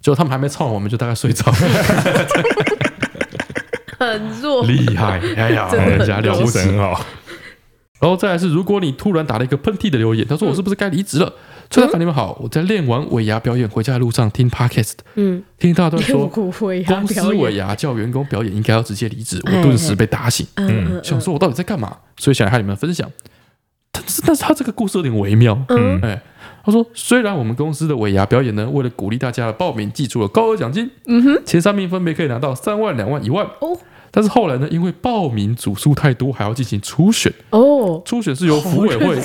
B: 就他们还没唱完，我们就大概睡着，
A: 很弱，
B: 厉害！哎呀，
A: 真
B: 老
A: 的很
B: 人家了不
C: 精
B: 起
C: 神。哦很好，
B: 然后再来是，如果你突然打了一个喷嚏的留言，他说我是不是该离职
A: 嗯
B: 了？崔大凡你们好，我在练完尾牙表演回家的路上听 podcast，
A: 嗯，
B: 听到一段说
A: 骨灰啊
B: 公司
A: 表
B: 尾
A: 演，
B: 牙叫员工表演应该要直接离职，我
A: 哎
B: 顿时被打醒。
A: 嗯嗯
B: 想说我到底在干嘛，所以想和你们分享。但是，但是他这个故事有点微妙。
A: 嗯
B: 哎，他说虽然我们公司的尾牙表演呢，为了鼓励大家的报名，寄出了高额奖金，嗯哼，前三名分别可以拿到三万、两万、一万。
A: 哦
B: 但是后来呢，因为报名组数太多，还要进行初选，
A: 哦，
B: 初选是由服委会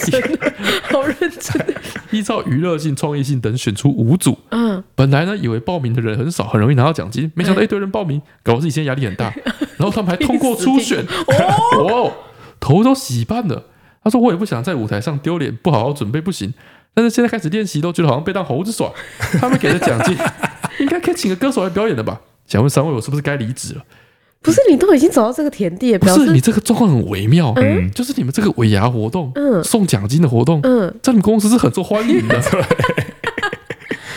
A: 好认真，
B: 依照娱乐性、创意性等选出五组。
A: 嗯，
B: 本来呢，以为报名的人很少，很容易拿到奖金，没想到一堆人报名，搞得自己现在压力很大。然后他们还通过初选，哦，头都洗半了。他说：“我也不想在舞台上丢脸，不好好准备不行。但是现在开始练习，都觉得好像被当猴 子耍。他们给的奖金，应该可以请个歌手来表演的吧？想问三位，我是不是该离职了？
A: 不是你都已经走到这个田地了，
B: 不
A: 表
B: 是，你
A: 示
B: 这个状况很微妙，
C: 嗯
B: 就是你们这个尾牙活动，
A: 嗯
B: 送奖金的活动，
A: 嗯
B: 在你们公司是很受欢迎的。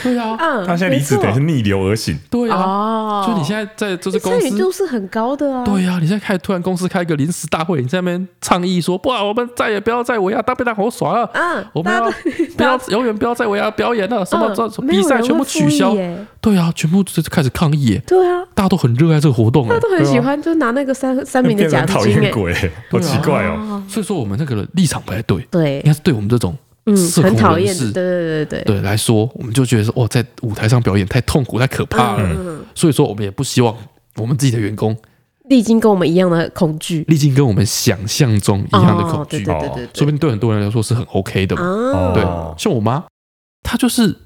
B: 对啊，
A: 嗯，
C: 他现在离职
A: 没错
C: 等于是逆流而行，
B: 对啊，
A: 哦，
B: 就你现在在就是
A: 你
B: 公
A: 参与
B: 司
A: 度是很高的啊，
B: 对呀、你现在开突然公司开一个临时大会，你在那边倡议说，不然啊我们再也不要在维亚大被大猴耍了，
A: 嗯，
B: 啊我们
A: 大
B: 要
A: 家
B: 不要 永远不要在维亚表演了，什么
A: 嗯
B: 这、
A: 没有
B: 比赛
A: 人
B: 全部
A: 会
B: 取
A: 注意
B: 消。
A: 耶
B: 对啊，全部就开始抗议耶，
A: 对啊，
B: 大家都很热爱这个活动
A: 大
B: 哎
A: 家，都很喜欢，就拿那个三三名的
C: 变
A: 奖
C: 成讨
A: 金
C: 厌
A: 哎，
C: 鬼，
B: 啊
C: 好奇 怪哦。
A: 哦，
B: 所以说我们那个立场不太对，
A: 对
B: 应，该是对我们这种
A: 嗯，
B: 社
A: 很
B: 恐
A: 讨
B: 人
A: 厌的，
B: 士
A: 对对对对
B: 对来说，我们就觉得说，哇，在舞台上表演太痛苦、太可怕了，
A: 嗯，
B: 所以说我们也不希望我们自己的员工
A: 历经跟我们一样的恐惧，
B: 历经跟我们想象中一样的恐
A: 哦对对
B: 惧，
A: 对
B: 说
A: 对
B: 不
A: 对，
B: 定对很多人来说是很 OK 的嘛。
A: 啊
B: 对
C: 哦，
B: 像我妈，她就是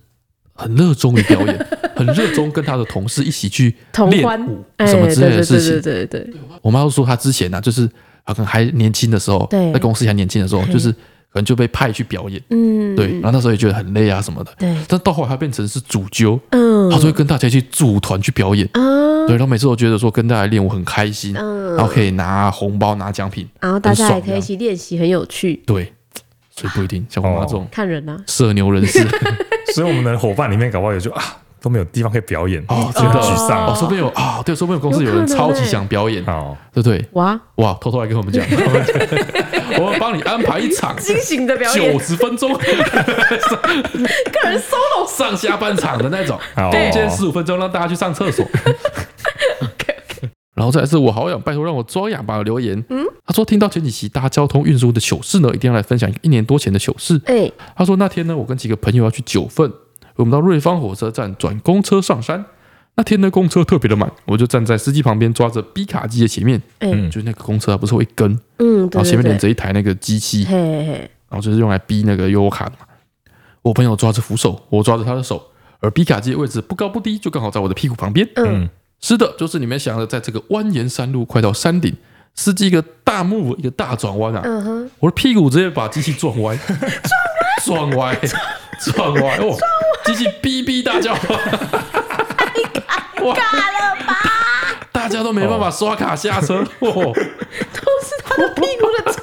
B: 很热衷于表 演，很热衷跟她的同事一起去
A: 同
B: 练
A: 欢
B: 舞
A: 哎，
B: 什么
A: 对
B: 之类
A: 对
B: 的事
A: 对对
B: 情。
A: 对对对，
B: 我妈都说她之前呢、就是啊，可能还年轻的时候，
A: 对
B: 在公司还年轻的时候，
A: 嘿
B: 就是可能就被派去表演，
A: 嗯，
B: 对，然后那时候也觉得很累啊什么的。
A: 对，
B: 但到后来她变成是主揪，
A: 嗯，
B: 她就会跟大家一起组团去表演，
A: 啊，
B: 对，然后每次都觉得说跟大家练舞很开心，
A: 嗯，
B: 然后可以拿红包拿奖品，
A: 然后大家
B: 很
A: 也
B: 爽
A: 可以一起练习，很有趣，
B: 对，所以不一定像我妈这种
A: 看人啊，
B: 社牛人 士。
C: 所以我们的伙伴里面搞不好有就啊都没有地方可以表演，
B: 哦
C: 就
B: 真
C: 很
B: 的
C: 沮丧
B: 哦，说不定有啊、对，说不定有公司有人
A: 欸
B: 超级想表演，
C: 哦。
B: 对不对？
A: 哇，
B: 哇，偷偷来跟我们讲，我们帮你安排一场
A: 惊醒的表演
B: 九，十分钟
A: 个人 solo，
B: 上下半场的那种，
C: 哦
B: 中间十五分钟让大家去上厕所。 然后再来是我好想拜托让我抓哑巴的留言，嗯，他说听到前几期搭交通运输的糗事呢，一定要来分享一个一年多前的糗事。
A: 哎，
B: 他说那天呢，我跟几个朋友要去九份，我们到瑞芳火车站转公车上山，那天的公车特别的满，我就站在司机旁边，抓着 B 卡机的前面，
A: 嗯
B: 就是那个公车啊，不是会一根，
A: 嗯，对
B: 然后
A: 对
B: 前面
A: 对
B: 连着一台那个机器，
A: 嘿嘿嘿，
B: 然后就是用来逼那个优卡的嘛。我朋友抓着扶手，我抓着他的手，而比卡机的位置不高不低，就刚好在我的屁股旁边。
C: 嗯，
B: 是的，就是你们想的，在这个蜿蜒山路快到山顶，司机一个大幕一个大转弯啊，
A: 嗯哼，
B: 我的屁股直接把机器撞歪，撞歪，撞歪，哦，机器哔哔大叫，哇，
A: 大了吧？
B: 大家都没办法刷卡下车，哦哇，
A: 都是他的屁股的错，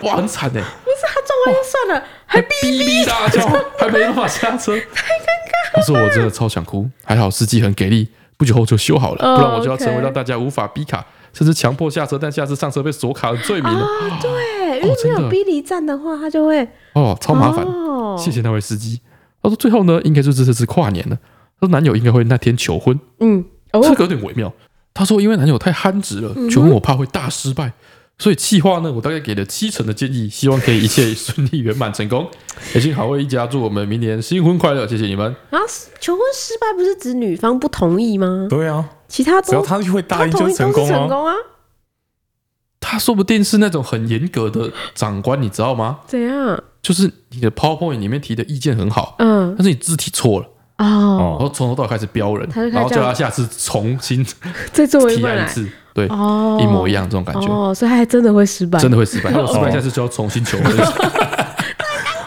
A: 不
B: 哇，很惨哎。
A: 是他撞完就算了，还逼
B: 哔哔大叫，还没办法下车，太尴尬。可是我真的超想哭，还好司机很给力，不久后就修好了，
A: 哦
B: 不然我就要成为
A: OK
B: 让大家无法逼卡，甚至强迫下车，但下次上车被锁卡的罪名了。
A: 对，因为没
B: 哦真的
A: 有逼离站的话，他就会
B: 哦，超麻烦。
A: 哦
B: 谢谢那位司机。他说最后呢，应该就是这次跨年了。他说男友应该会那天求婚，
A: 嗯，哦，嗯
B: 这个有点微妙。他说因为男友太憨直了，求婚我怕会大失败。所以企划呢，我大概给了七成的建议，希望可以一切顺利圆满成功。也请好味一家祝我们明年新婚快乐，谢谢你们。
A: 然后啊求婚失败不是指女方不同意吗？
C: 对啊，
A: 其他
C: 只要
A: 都
C: 他会
A: 他
C: 答应
A: 同
C: 就
A: 意都
C: 成
A: 是
C: 功
A: 成
C: 啊。
A: 功啊？
B: 他说不定是那种很严格的长官，你知道吗？
A: 怎样？
B: 就是你的 PowerPoint 里面提的意见很好，
A: 嗯
B: 但是你字体错了，
A: 哦，
B: 然
C: 哦，
B: 后从头到尾开始标人
A: 他就，开始
B: 然后叫
A: 这样
B: 他下次重新提
A: 再做一份
B: 案一
A: 来
B: 次，对，
A: 哦，
B: 一模一样这种感觉，
A: 哦，所以他还真的会失败，
B: 真的会失败。如果失败，
C: 哦
B: 下次就要重新求婚。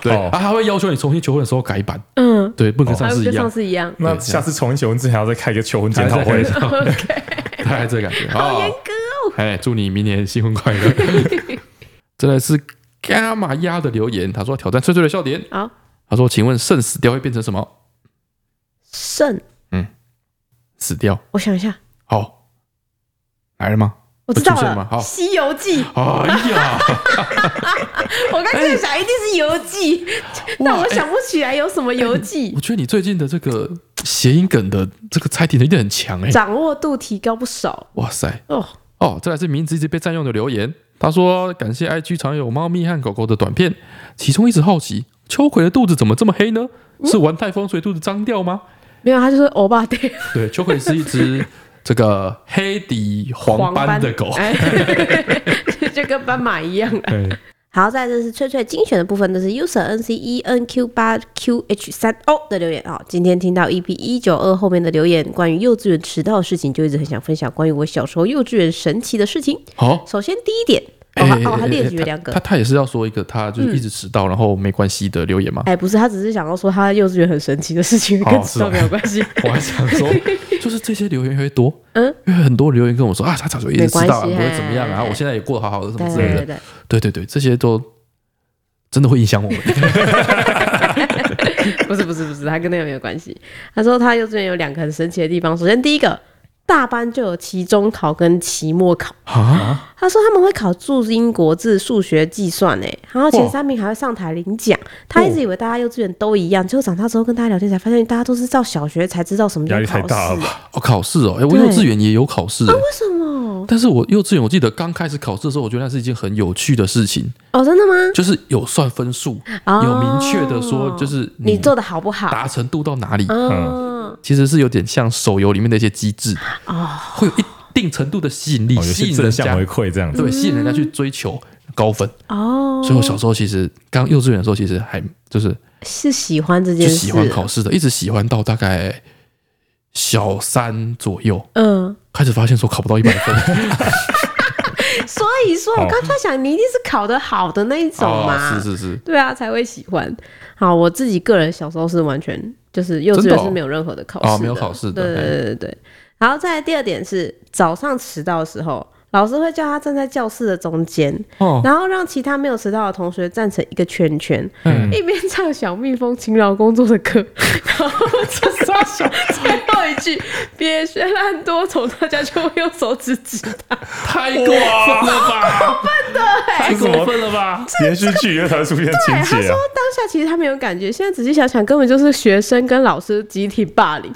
B: 对，
C: 哦
B: 啊，他会要求你重新求婚的时候改版，
A: 嗯，
B: 对，不能跟上
A: 还
B: 次
A: 跟
B: 一样
A: 上，次一样，
C: 那下次重新求婚之前还要再开一个求婚检讨会，
B: 大概这个感觉。好
A: 好严格哦，
B: 哎，祝你明年新婚快乐。 真的是伽马鸭的留言，他说挑战翠翠的笑点。
A: 好，
B: 他说：“请问肾死掉会变成什么？
A: 肾，
B: 死掉？
A: 我想一下，
B: 好，哦来了吗？
A: 我知道
B: 出现了吗
A: 了，
B: 好
A: 西游记》，
B: 哎呀，
A: 我刚才想一定是《游记》，但我想不起来有什么《游记》
B: 哎 我觉得你最近的这个谐音梗的这个猜题能力很强哎、
A: 掌握度提高不少
B: 哇塞！
A: 哦。
B: 哦，这来自名字一直被占用的留言。他说：感谢 IG 常有猫咪和狗狗的短片，其中一直好奇秋葵的肚子怎么这么黑呢？
A: 嗯
B: 是玩太风所以肚子脏掉吗？
A: 没有，他就说欧巴对
B: 对，秋葵是一只这个黑底黄斑的狗。
A: 哎 就跟斑马一样了。
C: 对，
A: 好，再来这是翠翠精选的部分，这是 user n c e n q 八 q h 三 o 的留言哦。今天听到 EP 一九二后面的留言，关于幼稚园迟到的事情，就一直很想分享关于我小时候幼稚园神奇的事情。
B: 好，
A: 首先第一点，哦，
B: 哎
A: 他哦，他
B: 哎
A: 列
B: 哎
A: 举了两个嗯
B: 他，他也是要说一个他就是一直迟到，然后没关系的留言吗？
A: 哎，不是，他只是想要说他幼稚园很神奇的事情，
B: 哦
A: 跟迟
B: 是哦
A: 到没有关 系。
B: 我还想 说，就是这些留言会多，
A: 嗯，
B: 因为很多留言跟我说啊，他早就一直知道啊，
A: 没关系
B: 不会怎么样
A: 哎
B: 啊，我现在也过得好好的什么
A: 对
B: 之类
A: 对
B: 的，
A: 对，
B: 对对对，这些都真的会影响 我们。
A: 不是不是不是，他跟那个没有关系。他说他幼稚园有两个很神奇的地方，首先第一个，大班就有期中考跟期末考。
B: 啊，
A: 他说他们会考注音国字、数学、计算，哎，然后前
B: 哇
A: 三名还会上台领奖。他一直以为大家幼稚园都一样，结果长大之后跟大家聊天才发现，大家都是到小学才知道什么叫
C: 压力
A: 考
C: 太
A: 试。
C: 大了
A: 为
C: 吧？
B: 哦，考试哦，哎，我
A: 对啊
B: 幼稚园也有考试哎，
A: 什么？
B: 但是我幼稚园我记得刚开始考试的时候，我觉得那是一件很有趣的事情，
A: 哦，真的吗？
B: 就是有算分数，
A: 哦
B: 有明确的说就是
A: 你做的好不好？
B: 达成度到哪里，
C: 哦
A: 嗯，
B: 其实是有点像手游里面的一些机制，
A: 哦，
B: 会有一定程度的吸引力，
C: 哦，有
B: 吸
C: 些
B: 引
C: 正
B: 人
C: 向
B: 家
C: 回馈这样子，
B: 对，吸引人家
A: 嗯
B: 去追求高分。
A: 哦，
B: 所以我小时候其实刚幼稚园的时候，其实还就是
A: 是喜欢这
B: 就
A: 件事，
B: 喜欢考试的，一直喜欢到大概小三左右，
A: 嗯，
B: 开始发现说考不到一百分
A: 所以说我刚才想，你一定是考得好的那一种嘛，
B: 哦，是是是，
A: 对啊，才会喜欢。好，我自己个人小时候是完全就是幼稚
B: 真的
A: 园
B: 哦
A: 是没有任何的考试
B: 哦
A: 的、
B: 没有考试的
A: 对对对对对。然后再来第二点是早上迟到的时候，老师会叫他站在教室的中间，
B: 哦，
A: 然后让其他没有迟到的同学站成一个圈圈，
B: 嗯
A: 一边唱小蜜蜂勤劳工作的歌， 然后就是 最后一句别学烂多从大家就会用手指指他。
B: 太过分了吧，太过分了吧，
C: 连续剧又才会出现
A: 对，
C: 情
A: 他
C: 节
A: 说
C: 啊，
A: 当下其实他没有感觉，现在仔细想想，根本就是学生跟老师集体霸凌，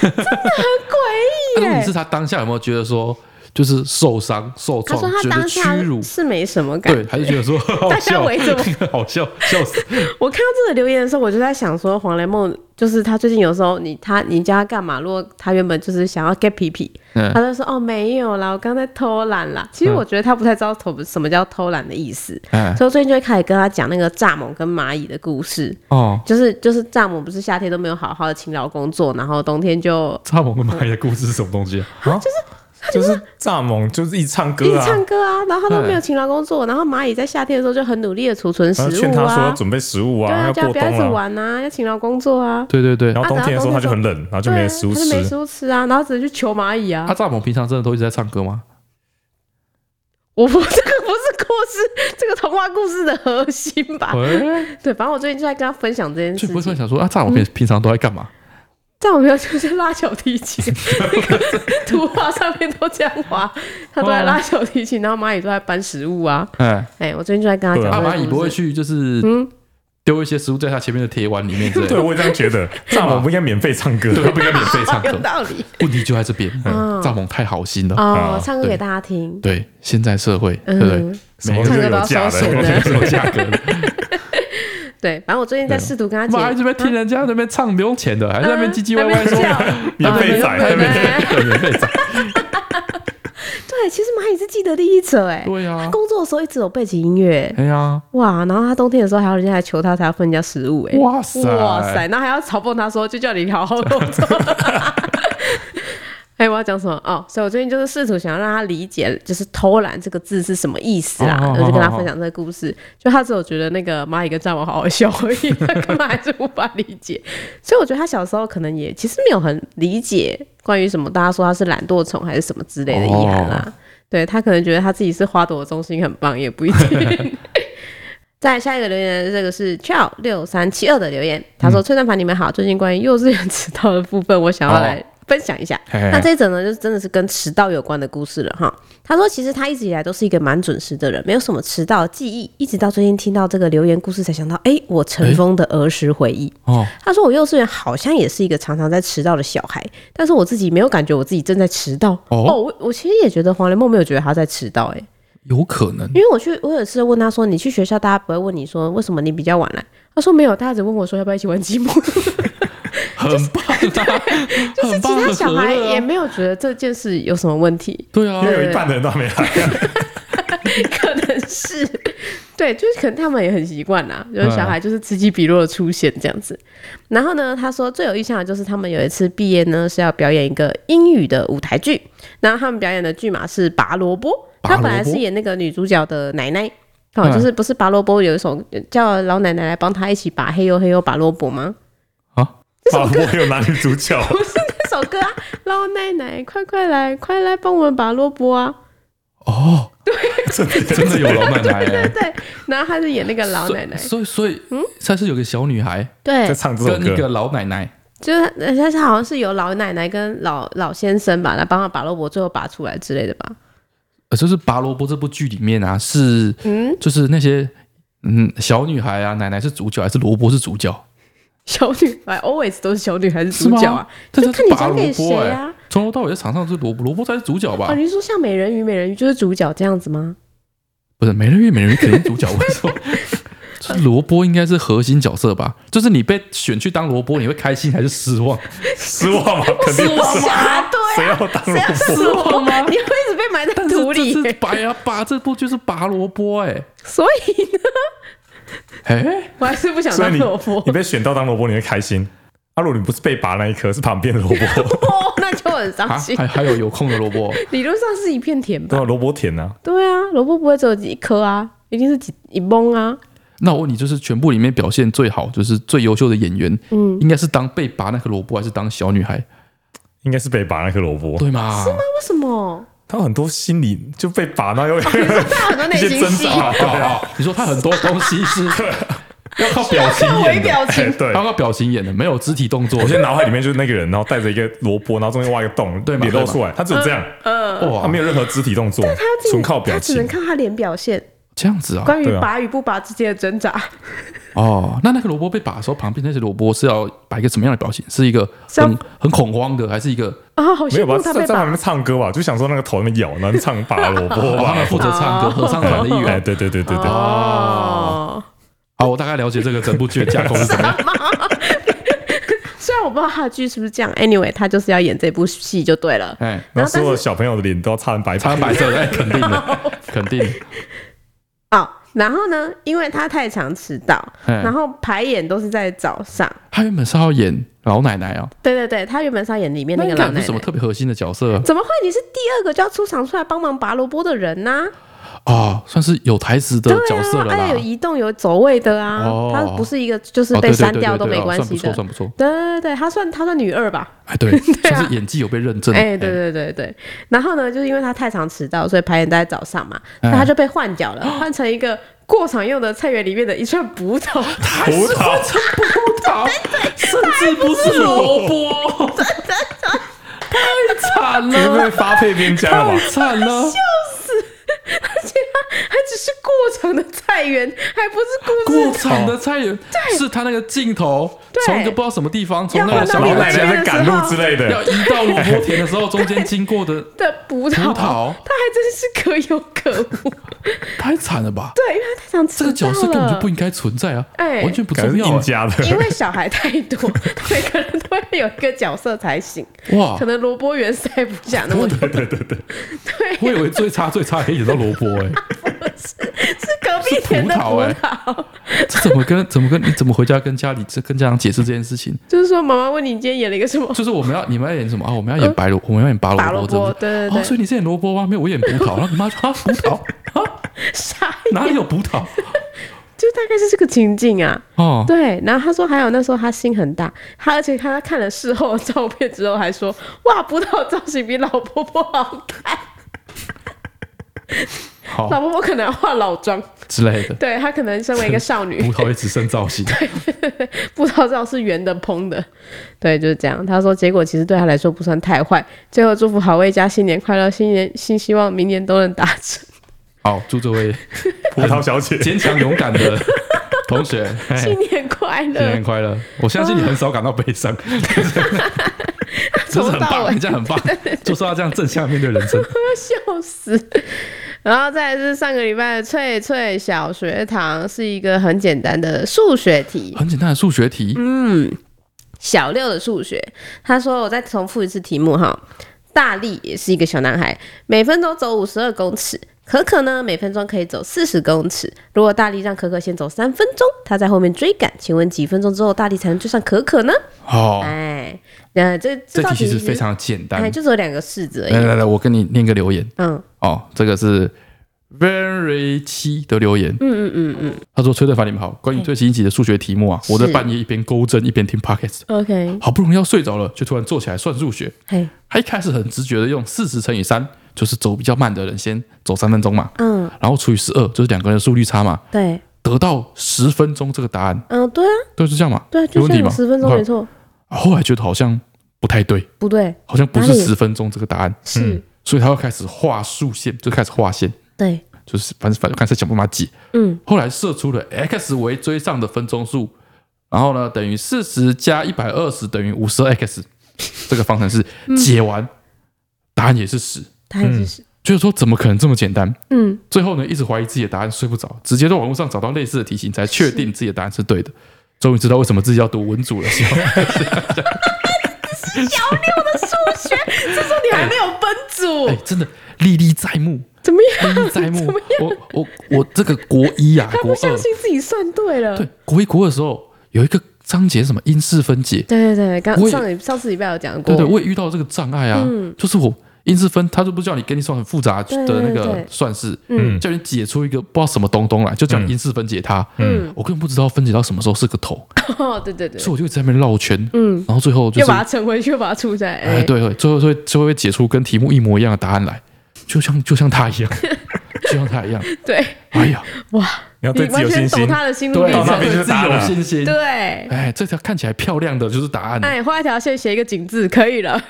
A: 真的很诡
B: 那
A: 异
B: 问题
A: 耶
B: 是。他当下有没有觉得说就是受伤、受
A: 他说，
B: 创
A: 他
B: 觉得
A: 当
B: 屈
A: 下
B: 辱，
A: 是没什么感
B: 对，
A: 觉。
B: 还是觉得说好
A: 大家
B: 笑
A: 围着我，
B: 好笑，笑 死。
A: 我看到这个留言的时候，我就在想说，黄雷梦就是他最近有时候你他你叫他干嘛？如果他原本就是想要 get 皮皮，
B: 嗯
A: 他就说哦没有啦，我刚才偷懒啦。其实我觉得他不太知道偷什么叫偷懒的意思，
B: 哎
A: 所以我最近就会开始跟他讲那个蚱蜢跟蚂蚁的故事，
B: 哦，
A: 就是就是蚱蜢不是夏天都没有好好的勤劳工作，然后冬天就
B: 蚱蜢跟蚂蚁的故事是什么东西啊？
C: 就是蚱蜢就是一直唱
A: 一直
C: 歌啊，
A: 唱歌啊，然后他都
B: 对
A: 没有勤劳工作，然后蚂蚁在夏天的时候就很努力的储存食
C: 然后劝
A: 物
C: 他说要
A: 啊，
C: 准备食物
A: 对
C: 啊，
A: 啊，
C: 要
A: 叫他
C: 过
A: 不要一直
C: 冬啊。
A: 玩啊，要勤劳工作啊。
B: 对对对，
C: 然后冬天的时候他就很冷，然后就
A: 对啊，
C: 没食物
A: 他就没
C: 吃
A: 食。物吃啊，然后只能去求蚂蚁啊。
B: 他蚱蜢平常真的都一直在唱歌吗？
A: 我不，这个不是故事，这个童话故事的核心 吧？
B: 喂，
A: 对，反正我最近就在跟他分享这件事
B: 就不会突
A: 情
B: 然。想说啊，蚱蜢
A: 嗯
B: 平平常都在干嘛？
A: 在我朋友就是拉小提琴，那个图画上面都这样画，他都在拉小提琴，然后蚂蚁都在搬食物啊。
B: 哎，
A: 哎，我最近就在跟他
C: 对啊
A: 讲
B: 阿
A: 这个故事，
B: 啊蚂蚁不会去就是丢一些食物在它前面的铁碗里面之类
C: 对，
B: 的，
C: 我也这 样觉得。蚱蜢不应该免费唱歌，
B: 对，它不应该免费唱
A: 有
C: 啊
B: 歌。
A: 道理
B: 问题就在这边，
A: 嗯
B: 蚱蜢太好心了。
A: 哦，唱歌
B: 对
A: 给大家听。
B: 对，现在社会，对不
A: 嗯
B: 对？，
C: 什么
A: 唱
C: 歌
A: 歌都
C: 有
A: 要
C: 价
A: 收
C: 的，
A: 钱
B: 没
A: 的，
B: 有价格的，
A: 对。反正我最近在试图跟他
B: 妈
A: 讲，
B: 这边听人家那边唱不用钱的，还在那边唧唧歪歪说
A: 啊
C: 免费
A: 啊对
C: 仔，还免费。
B: 对免费唱，
A: 对，其实蚂蚁是既得利益者哎，
B: 对啊，
A: 工作的时候一直有背景音乐，
B: 哎呀，
A: 哇，然后他冬天的时候还要人家来求他，才要分人家食物、哎，
B: 哇塞
A: 哇塞，然后还要嘲讽他说，就叫你好好工作。 哎、我要讲什么？哦，所以我最近就是试图想要让他理解，就是偷懒这个字是什么意思啦，
B: 哦哦
A: 我就跟他
B: 哦哦
A: 分享这个故事。就他只有觉得那个蚂蚁跟蚱蜢好好笑而已，他根本还是无法理解。所以我觉得他小时候可能也其实没有很理解关于什么大家说他是懒惰虫还是什么之类的意涵
B: 哦
A: 啦。对他可能觉得他自己是花朵的中心很棒，也不一定。再下一个留言，这个是 Chow 六三七二的留言，他说：“崔蛋凡你们好，最近关于幼稚园迟到的部分，我想要来分享一下。
B: 嘿
C: 哎
B: 嘿
A: 那这一则呢，就是真的是跟迟到有关的故事了哈。他说，其实他一直以来都是一个蛮准时的人，没有什么迟到的记忆，一直到最近听到这个留言故事才想到，哎、我尘封的儿时回忆。
B: 哦，
A: 他说，我幼稚园好像也是一个常常在迟到的小孩，但是我自己没有感觉我自己正在迟到。
B: 哦
A: 我我其实也觉得黄连梦没有觉得他在迟到、哎。
B: 有可能
A: 因为我去，我有一次问他说：“你去学校，大家不会问你说为什么你比较晚来？”他说：“没有，大家只问我说要不要一起玩积木。
B: 很棒啊，
A: 就是
B: 很
A: 其
B: 棒
A: 他
B: 的
A: 小
B: 和
A: 孩
B: 乐啊
A: 也没有觉得这件事有什么问题，
B: 对啊
C: 因，为有一半的人都还没来，
A: 可能是 对，就是可能他们也很习惯啦，
B: 嗯
A: 就是小孩就是此起彼落的出现这样子。然后呢，他说最有印象的就是他们有一次毕业呢是要表演一个英语的舞台剧，然后他们表演的剧码是《拔萝卜》，他
B: 拔萝卜
A: 本来是演那个女主角的奶奶。哦，
B: 嗯
A: 就是不是拔萝卜有一首叫老奶奶来帮她一起拔嘿呦嘿呦拔萝卜吗？
B: 啊
C: 法国有男女主角，
A: 不是那首歌啊，老奶奶快快来快来帮我们拔萝卜啊！
B: 哦，真的有老奶奶
A: 对
B: 欸，
A: 对，然后她就演那个 老奶奶，嗯
B: 所以所以算是有个小女孩
A: 对
C: 在，唱这首
B: 跟一个
C: 歌，
B: 老奶奶，
A: 就是人家是好像是有老奶奶跟老老先生吧，来帮他拔萝卜，最后拔出来之类的吧。
B: 呃，就是《拔萝卜》这部剧里面啊，是
A: 嗯，
B: 就是那些嗯小女孩啊，奶奶是主角还是萝卜是主角？
A: 小女孩 always 都是小女孩是
B: 是
A: 主
B: 吗
A: 角啊，？
B: 但
A: 就是看你
B: 拔
A: 讲
B: 萝
A: 给
B: 卜
A: 谁
B: 哎，
A: 啊？
B: 从头到尾在场上是萝卜，萝卜才是主角
A: 哦，
B: 吧？
A: 你是说像美人鱼，美人鱼就是主角这样子吗？
B: 不是，美人鱼美人鱼肯定是主角，我跟你说。就是萝卜应该是核心角色吧？就是你被选去当萝卜，你会开心还是失望？
C: 失望嘛，肯定失望。
A: 啊，对
C: 谁要当萝
A: 啊，
C: 卜？
A: 是我吗？你会一直被埋在
B: 但是
A: 土里
B: 这是哎
A: 耶，
B: 拔呀拔，这部就是拔萝卜哎、
A: 所以呢，
B: 哎、
A: 我还是不想
C: 所以
A: 当
C: 你
A: 萝卜
C: 你。被选到当萝卜，你会开心。啊，如果你不是被拔那一颗，是旁边的萝卜，
A: 哦， 那就很伤
B: 啊，
A: 心。
B: 还还有有空的萝卜，
C: 哎
A: 理论上是一片田
C: 对
A: 吧？
C: 啊，萝卜田啊，
A: 对啊，萝卜不会只有一颗啊，一定是几一崩啊。
B: 那我问你，就是全部里面表现最好，就是最优秀的演员，嗯，应该是当被拔那个萝卜，还是当小女孩？
C: 应该是被拔那颗萝卜。
B: 对吗？是吗？
A: 为什么？
C: 他有很多心理就被拔那又
A: 他有很多内
C: 一些
A: 心
C: 挣
A: 戏，
C: 扎，对啊，
B: 你说他很多东西是 要靠表情演的，
A: 表
C: 哎
A: 情。
C: 对
B: 他。靠表情演的，没有肢体动作
C: 我。现在脑海里面就是那个人，然后带着一个萝卜，然后中间挖一个洞，
B: 对嘛
C: 脸露出来，他只有这样，他
B: 哇
C: 没，有任何肢体动作，纯靠表
A: 他只能
C: 情。
A: 看他脸表现。
B: 这样子啊，
A: 关于
C: 对啊
A: 拔与不拔之间的挣扎，
B: 哦，那那个萝卜被拔的时候，旁边那些萝卜是要摆一个什么样的表情？是一个
A: 是要
B: 很很恐慌的，还是一个
A: 啊，好
C: 没
A: 羡
C: 有吧？
A: 慕他
C: 在
A: 被
C: 在
A: 拔
C: 旁边。唱歌吧，就想说那个头在那边摇，然后唱 拔萝卜
B: 哦他们
C: 吧。
B: 负责 唱歌合唱团的一
C: 哎，
B: 员？
C: 对对对对对，
A: 哦，
B: 好，我大概了解这个整部剧的架构是怎么样。
A: 虽然我不知道他的剧是不是这样，anyway，他就是要演这部戏就对了。
B: 哎，
C: 然后所有小朋友的脸都要擦成白
B: 擦白色的，哎，肯定 的，肯定的。
A: 哦，然后呢，因为他太常迟到，
B: 哎
A: 然后排演都是在早上。
B: 他原本是要演老奶奶哦，
A: 对对对，他原本是要演里面那个
B: 应
A: 老
B: 该
A: 奶
B: 不
A: 奶
B: 是什么特别核心的角色啊
A: 怎么会？你是第二个就要出场出来帮忙拔萝卜的人呐、
B: 哦，算是有台词的
A: 对
B: 角色
A: 啊，
B: 了
A: 而且有
B: 啦。
A: 移动有走位的啊，
B: 哦
A: 他不是一个就是
B: 哦，
A: 被
B: 对对
A: 删
B: 对
A: 掉
B: 对
A: 都
B: 对
A: 没
B: 哦
A: 关
B: 算
A: 系
B: 不
A: 的。
B: 错，算不 错。
A: 对对对，他算他算女二吧？
B: 哎，对，
A: 对啊
B: 算是演技有被认证。
A: 哎、对对对对。然后呢，就是因为他太常迟到，所以排演都在早上嘛，
B: 哎
A: 那他就被换角了，换成一个过场用的菜园里面的一串葡 萄。
B: 还是 换成葡萄，哎甚至不是萝卜， 太惨
C: 你是不
B: 了，
C: 是发配边疆 了吧
B: 太？惨了，
A: 而且他还只是过程的菜园，还不是故事。
B: 过场的菜园是他那个镜头
A: 对
B: 从一个不知道什么地方，从那
A: 要换
B: 个小
A: 到
C: 老
A: 另
B: 老
A: 外
B: 奶
C: 奶
B: 奶
C: 奶在赶路之类
B: 要
C: 的，
B: 移到萝卜田的时候， 中间经过的
A: 的葡萄，
B: 葡萄
A: 他还真是可有可无。
B: 太惨了吧？
A: 对，因为他太常迟
B: 这
A: 到
B: 个
A: 了。
B: 角色根本就不应该存在啊，
A: 哎
B: 完全不
C: 感觉
B: 重
C: 是
B: 要
C: 印
B: 啊。
C: 加的。
A: 因为小孩太多，每个人都会有一个角色才行。
B: 哇
A: 可，能萝卜园塞不下那么多，
B: 对对对对，我以为最差最差可以演到萝卜 哎，
A: 是隔壁田的
B: 是葡
A: 葡
B: 萄欸
A: 萄。
B: 这怎么跟怎么跟你怎么回家跟家里这跟家长解释这件事情？
A: 就是说，妈妈问你今天演了一个什么？
B: 就是我们要你们要演什么啊？我们要演白萝，我们要演拔
A: 拔萝
B: 萝卜，这样
A: 卜
B: 子，
A: 对对
B: 哦，所
A: 对，
B: 以你是演萝卜吗？没有，我演葡萄。然后你妈说啊，葡萄啊，
A: 傻
B: 哪
A: 眼，
B: 里有葡萄？
A: 就大概是这个情境啊。
B: 哦，
A: 对，然后他说，还有那时候他心很大，他而且看他看了事后的照片之后，还说，哇，葡萄造型比老婆婆好看，
B: 好
A: 老婆婆可能要化老 妆，
B: 之类的。
A: 对她可能身为一个少女，
B: 葡萄也只剩造型，
A: 不知道这样是圆的、蓬的，对，就是这样。他说，结果其实对他来说不算太坏。最后祝福好味家新年快乐，新年新希望明年都能达成。
B: 好，祝这位
C: 葡萄小姐，
B: 坚强勇敢的同学， 嘿
A: 新
B: 新
A: 年快乐
B: 年！快乐！我相信你很少感到悲 伤，这是很
A: 从头到
B: 棒，
A: 尾
B: 你这样很棒，就是要这样正向面对人 生。
A: 笑死。 然后再来是上个礼拜的翠翠小学堂，是一个很简单的数学题，
B: 很简单的数学题，
A: 嗯小六的数学。他说，我再重复一次题目哈。大力也是一个小男孩，每分钟走五十二公尺。可可呢，每分钟可以走四十公尺。如果大力让可可先走三分钟，他在后面追赶，请问几分钟之后大力才能追上可可呢？
B: 哦，
A: 哎，那这
B: 这
A: 道
B: 题
A: 题
B: 其实非常简单
A: 哎，。就只有两个式子而
B: 来
A: 已。
B: 来来，我跟你念个留言。
A: 嗯，
B: 哦，这个是 Very 七的留言，
A: 嗯嗯嗯嗯
B: 他说：“崔德凡，你们好，关于最新一集的数学题目啊，
A: 是
B: 我在半夜一边勾针一边听 Pockets，
A: ，OK，
B: 好不容易要睡着了，就突然坐起来算数学。
A: 嘿，
B: 他一开始很直觉的用四十乘以三，就是走比较慢的人先走三分钟嘛，
A: 嗯，
B: 然后除以十二，就是两个人的速率差嘛，
A: 对，
B: 得到十分钟这个答案，
A: 嗯，对啊，
B: 对，是这样嘛？
A: 对啊，
B: 有
A: 就
B: 问题吗？
A: 像十分钟
B: 我
A: 没
B: 看
A: 错，
B: 后来觉得好像不太对，
A: 不对，
B: 好像不
A: 哪
B: 是
A: 里
B: 十分钟这个答案，
A: 是，
B: 所以他又开始画竖线，就开始画线。”
A: 对，
B: 就是反正反正看是想办法解。
A: 嗯，
B: 后来设出了 x 为追上的分钟数，然后呢等于四十加一百二十等于五十 x 这个方程式
A: 嗯
B: 解完，答案也是十。
A: 他
B: 嗯
A: 也是，
B: 就是说，怎么可能这么简单？
A: 嗯，
B: 最后呢，一直怀疑自己的答案，睡不着，直接在网络上找到类似的题型，才确定自己的答案是对的。终于知道为什么自己要读文 组了。希
A: 哦
B: 望
A: 小六的数学，这时候你还没有分
B: 哎、嗯
A: 组，
B: 真的历历在目，
A: 怎么样？
B: 历历在 目
A: 怎么。
B: 我我我这个国一啊，
A: 他
B: 国
A: 不
B: 二，
A: 相信自己算对了。
B: 对，国一国二的时候有一个章节是什么因式分解，
A: 对对对，刚
B: 我也
A: 上上次礼拜有讲过，
B: 对对，我也遇到这个障碍啊，就是我因式分，他就不叫你给你算很复杂
A: 嗯对
B: 的那
A: 对
B: 个
A: 对
B: 算式，
C: 嗯
B: 叫你解出一个不知道什么东东来，就讲因式分解它，
A: 嗯，
B: 我根本不知道分解到什么时候是个头，
A: 哦，对对对，
B: 所以我就一直在那边绕圈，
A: 嗯，
B: 然后最后就
A: 又
B: 是
A: 把它乘回去，又把它除下来，
B: 哎，
A: 哎，
B: 对对，最后最后最后会解出跟题目一模一样的答案来，就像就像他一 样，就像他一样，
A: 对，
B: 哎呀，
C: 你要对
A: 你
C: 自
A: 完
C: 己有
A: 全
C: 信
A: 懂
C: 心。
A: 他的心路历
B: 对，啊
C: 到那
A: 程，
C: 边就是
B: 自己
C: 答案
B: 有
C: 了
B: 信心，
A: 嗯对，
B: 哎，这条看起来漂亮的就是答 案，
A: 哎，画一条线，写一个井字，可以了。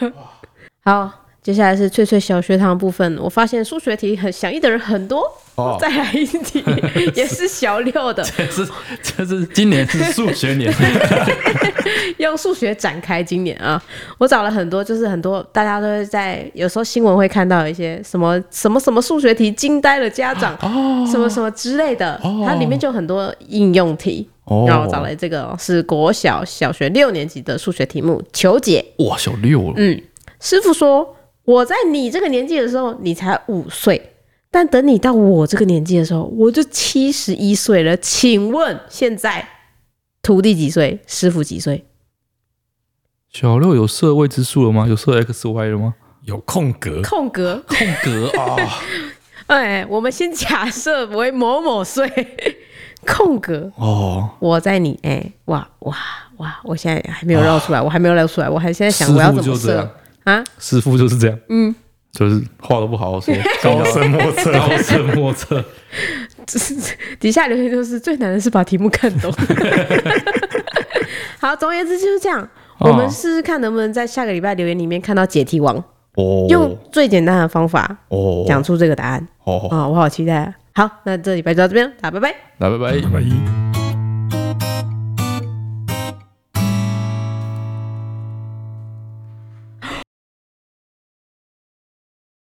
A: 好，接下来是翠翠小学堂的部分，我发现数学题很响应的人很多。
B: 哦
A: 再来一 题，也是小六的，
B: 这是这是今年是数学年，
A: 用数学展开今年啊，我找了很多，就是很多大家都会在有时候新闻会看到一些什么什么什么数学题惊呆了家长，什么什么之类的，
B: 哦
A: 它里面就很多应用题。
B: 哦
A: 然后我找来这个哦是国小小学六年级的数学题目，求解。
B: 哇，小六了，
A: 师傅说，我在你这个年纪的时候，你才五岁。但等你到我这个年纪的时候，我就七十一岁了。请问现在徒弟几岁？师傅几岁？
B: 小六有设未知数了吗？有设 x y 了吗？
C: 有空格，
B: 呃
A: 空格
B: 空格啊，
A: 哎，我们先假设为某某岁 空格，
B: 哦，
A: 我在你哎，哇哇哇！我现在还没有绕出来，我还没有绕出来，我还现在想
B: 师
A: 我要
B: 傅
A: 怎么
B: 啊就这样
A: 设啊？
B: 师傅就是这样，嗯，就是话都不好好说，
C: 高
A: 嗯
C: 深莫测。
B: 高深莫测，
A: 底下留言就是最难的是把题目看 懂。好，总而言之就是这样。
B: 哦
A: 我们试试看能不能在下个礼拜留言里面看到解题王，
B: 哦，
A: 用最简单的方法
B: 哦
A: 讲出这个答案
B: 哦，
A: 啊！我好期待啊！好，那这礼拜就到这边了，大家拜拜。
B: 来，拜拜。
C: 拜拜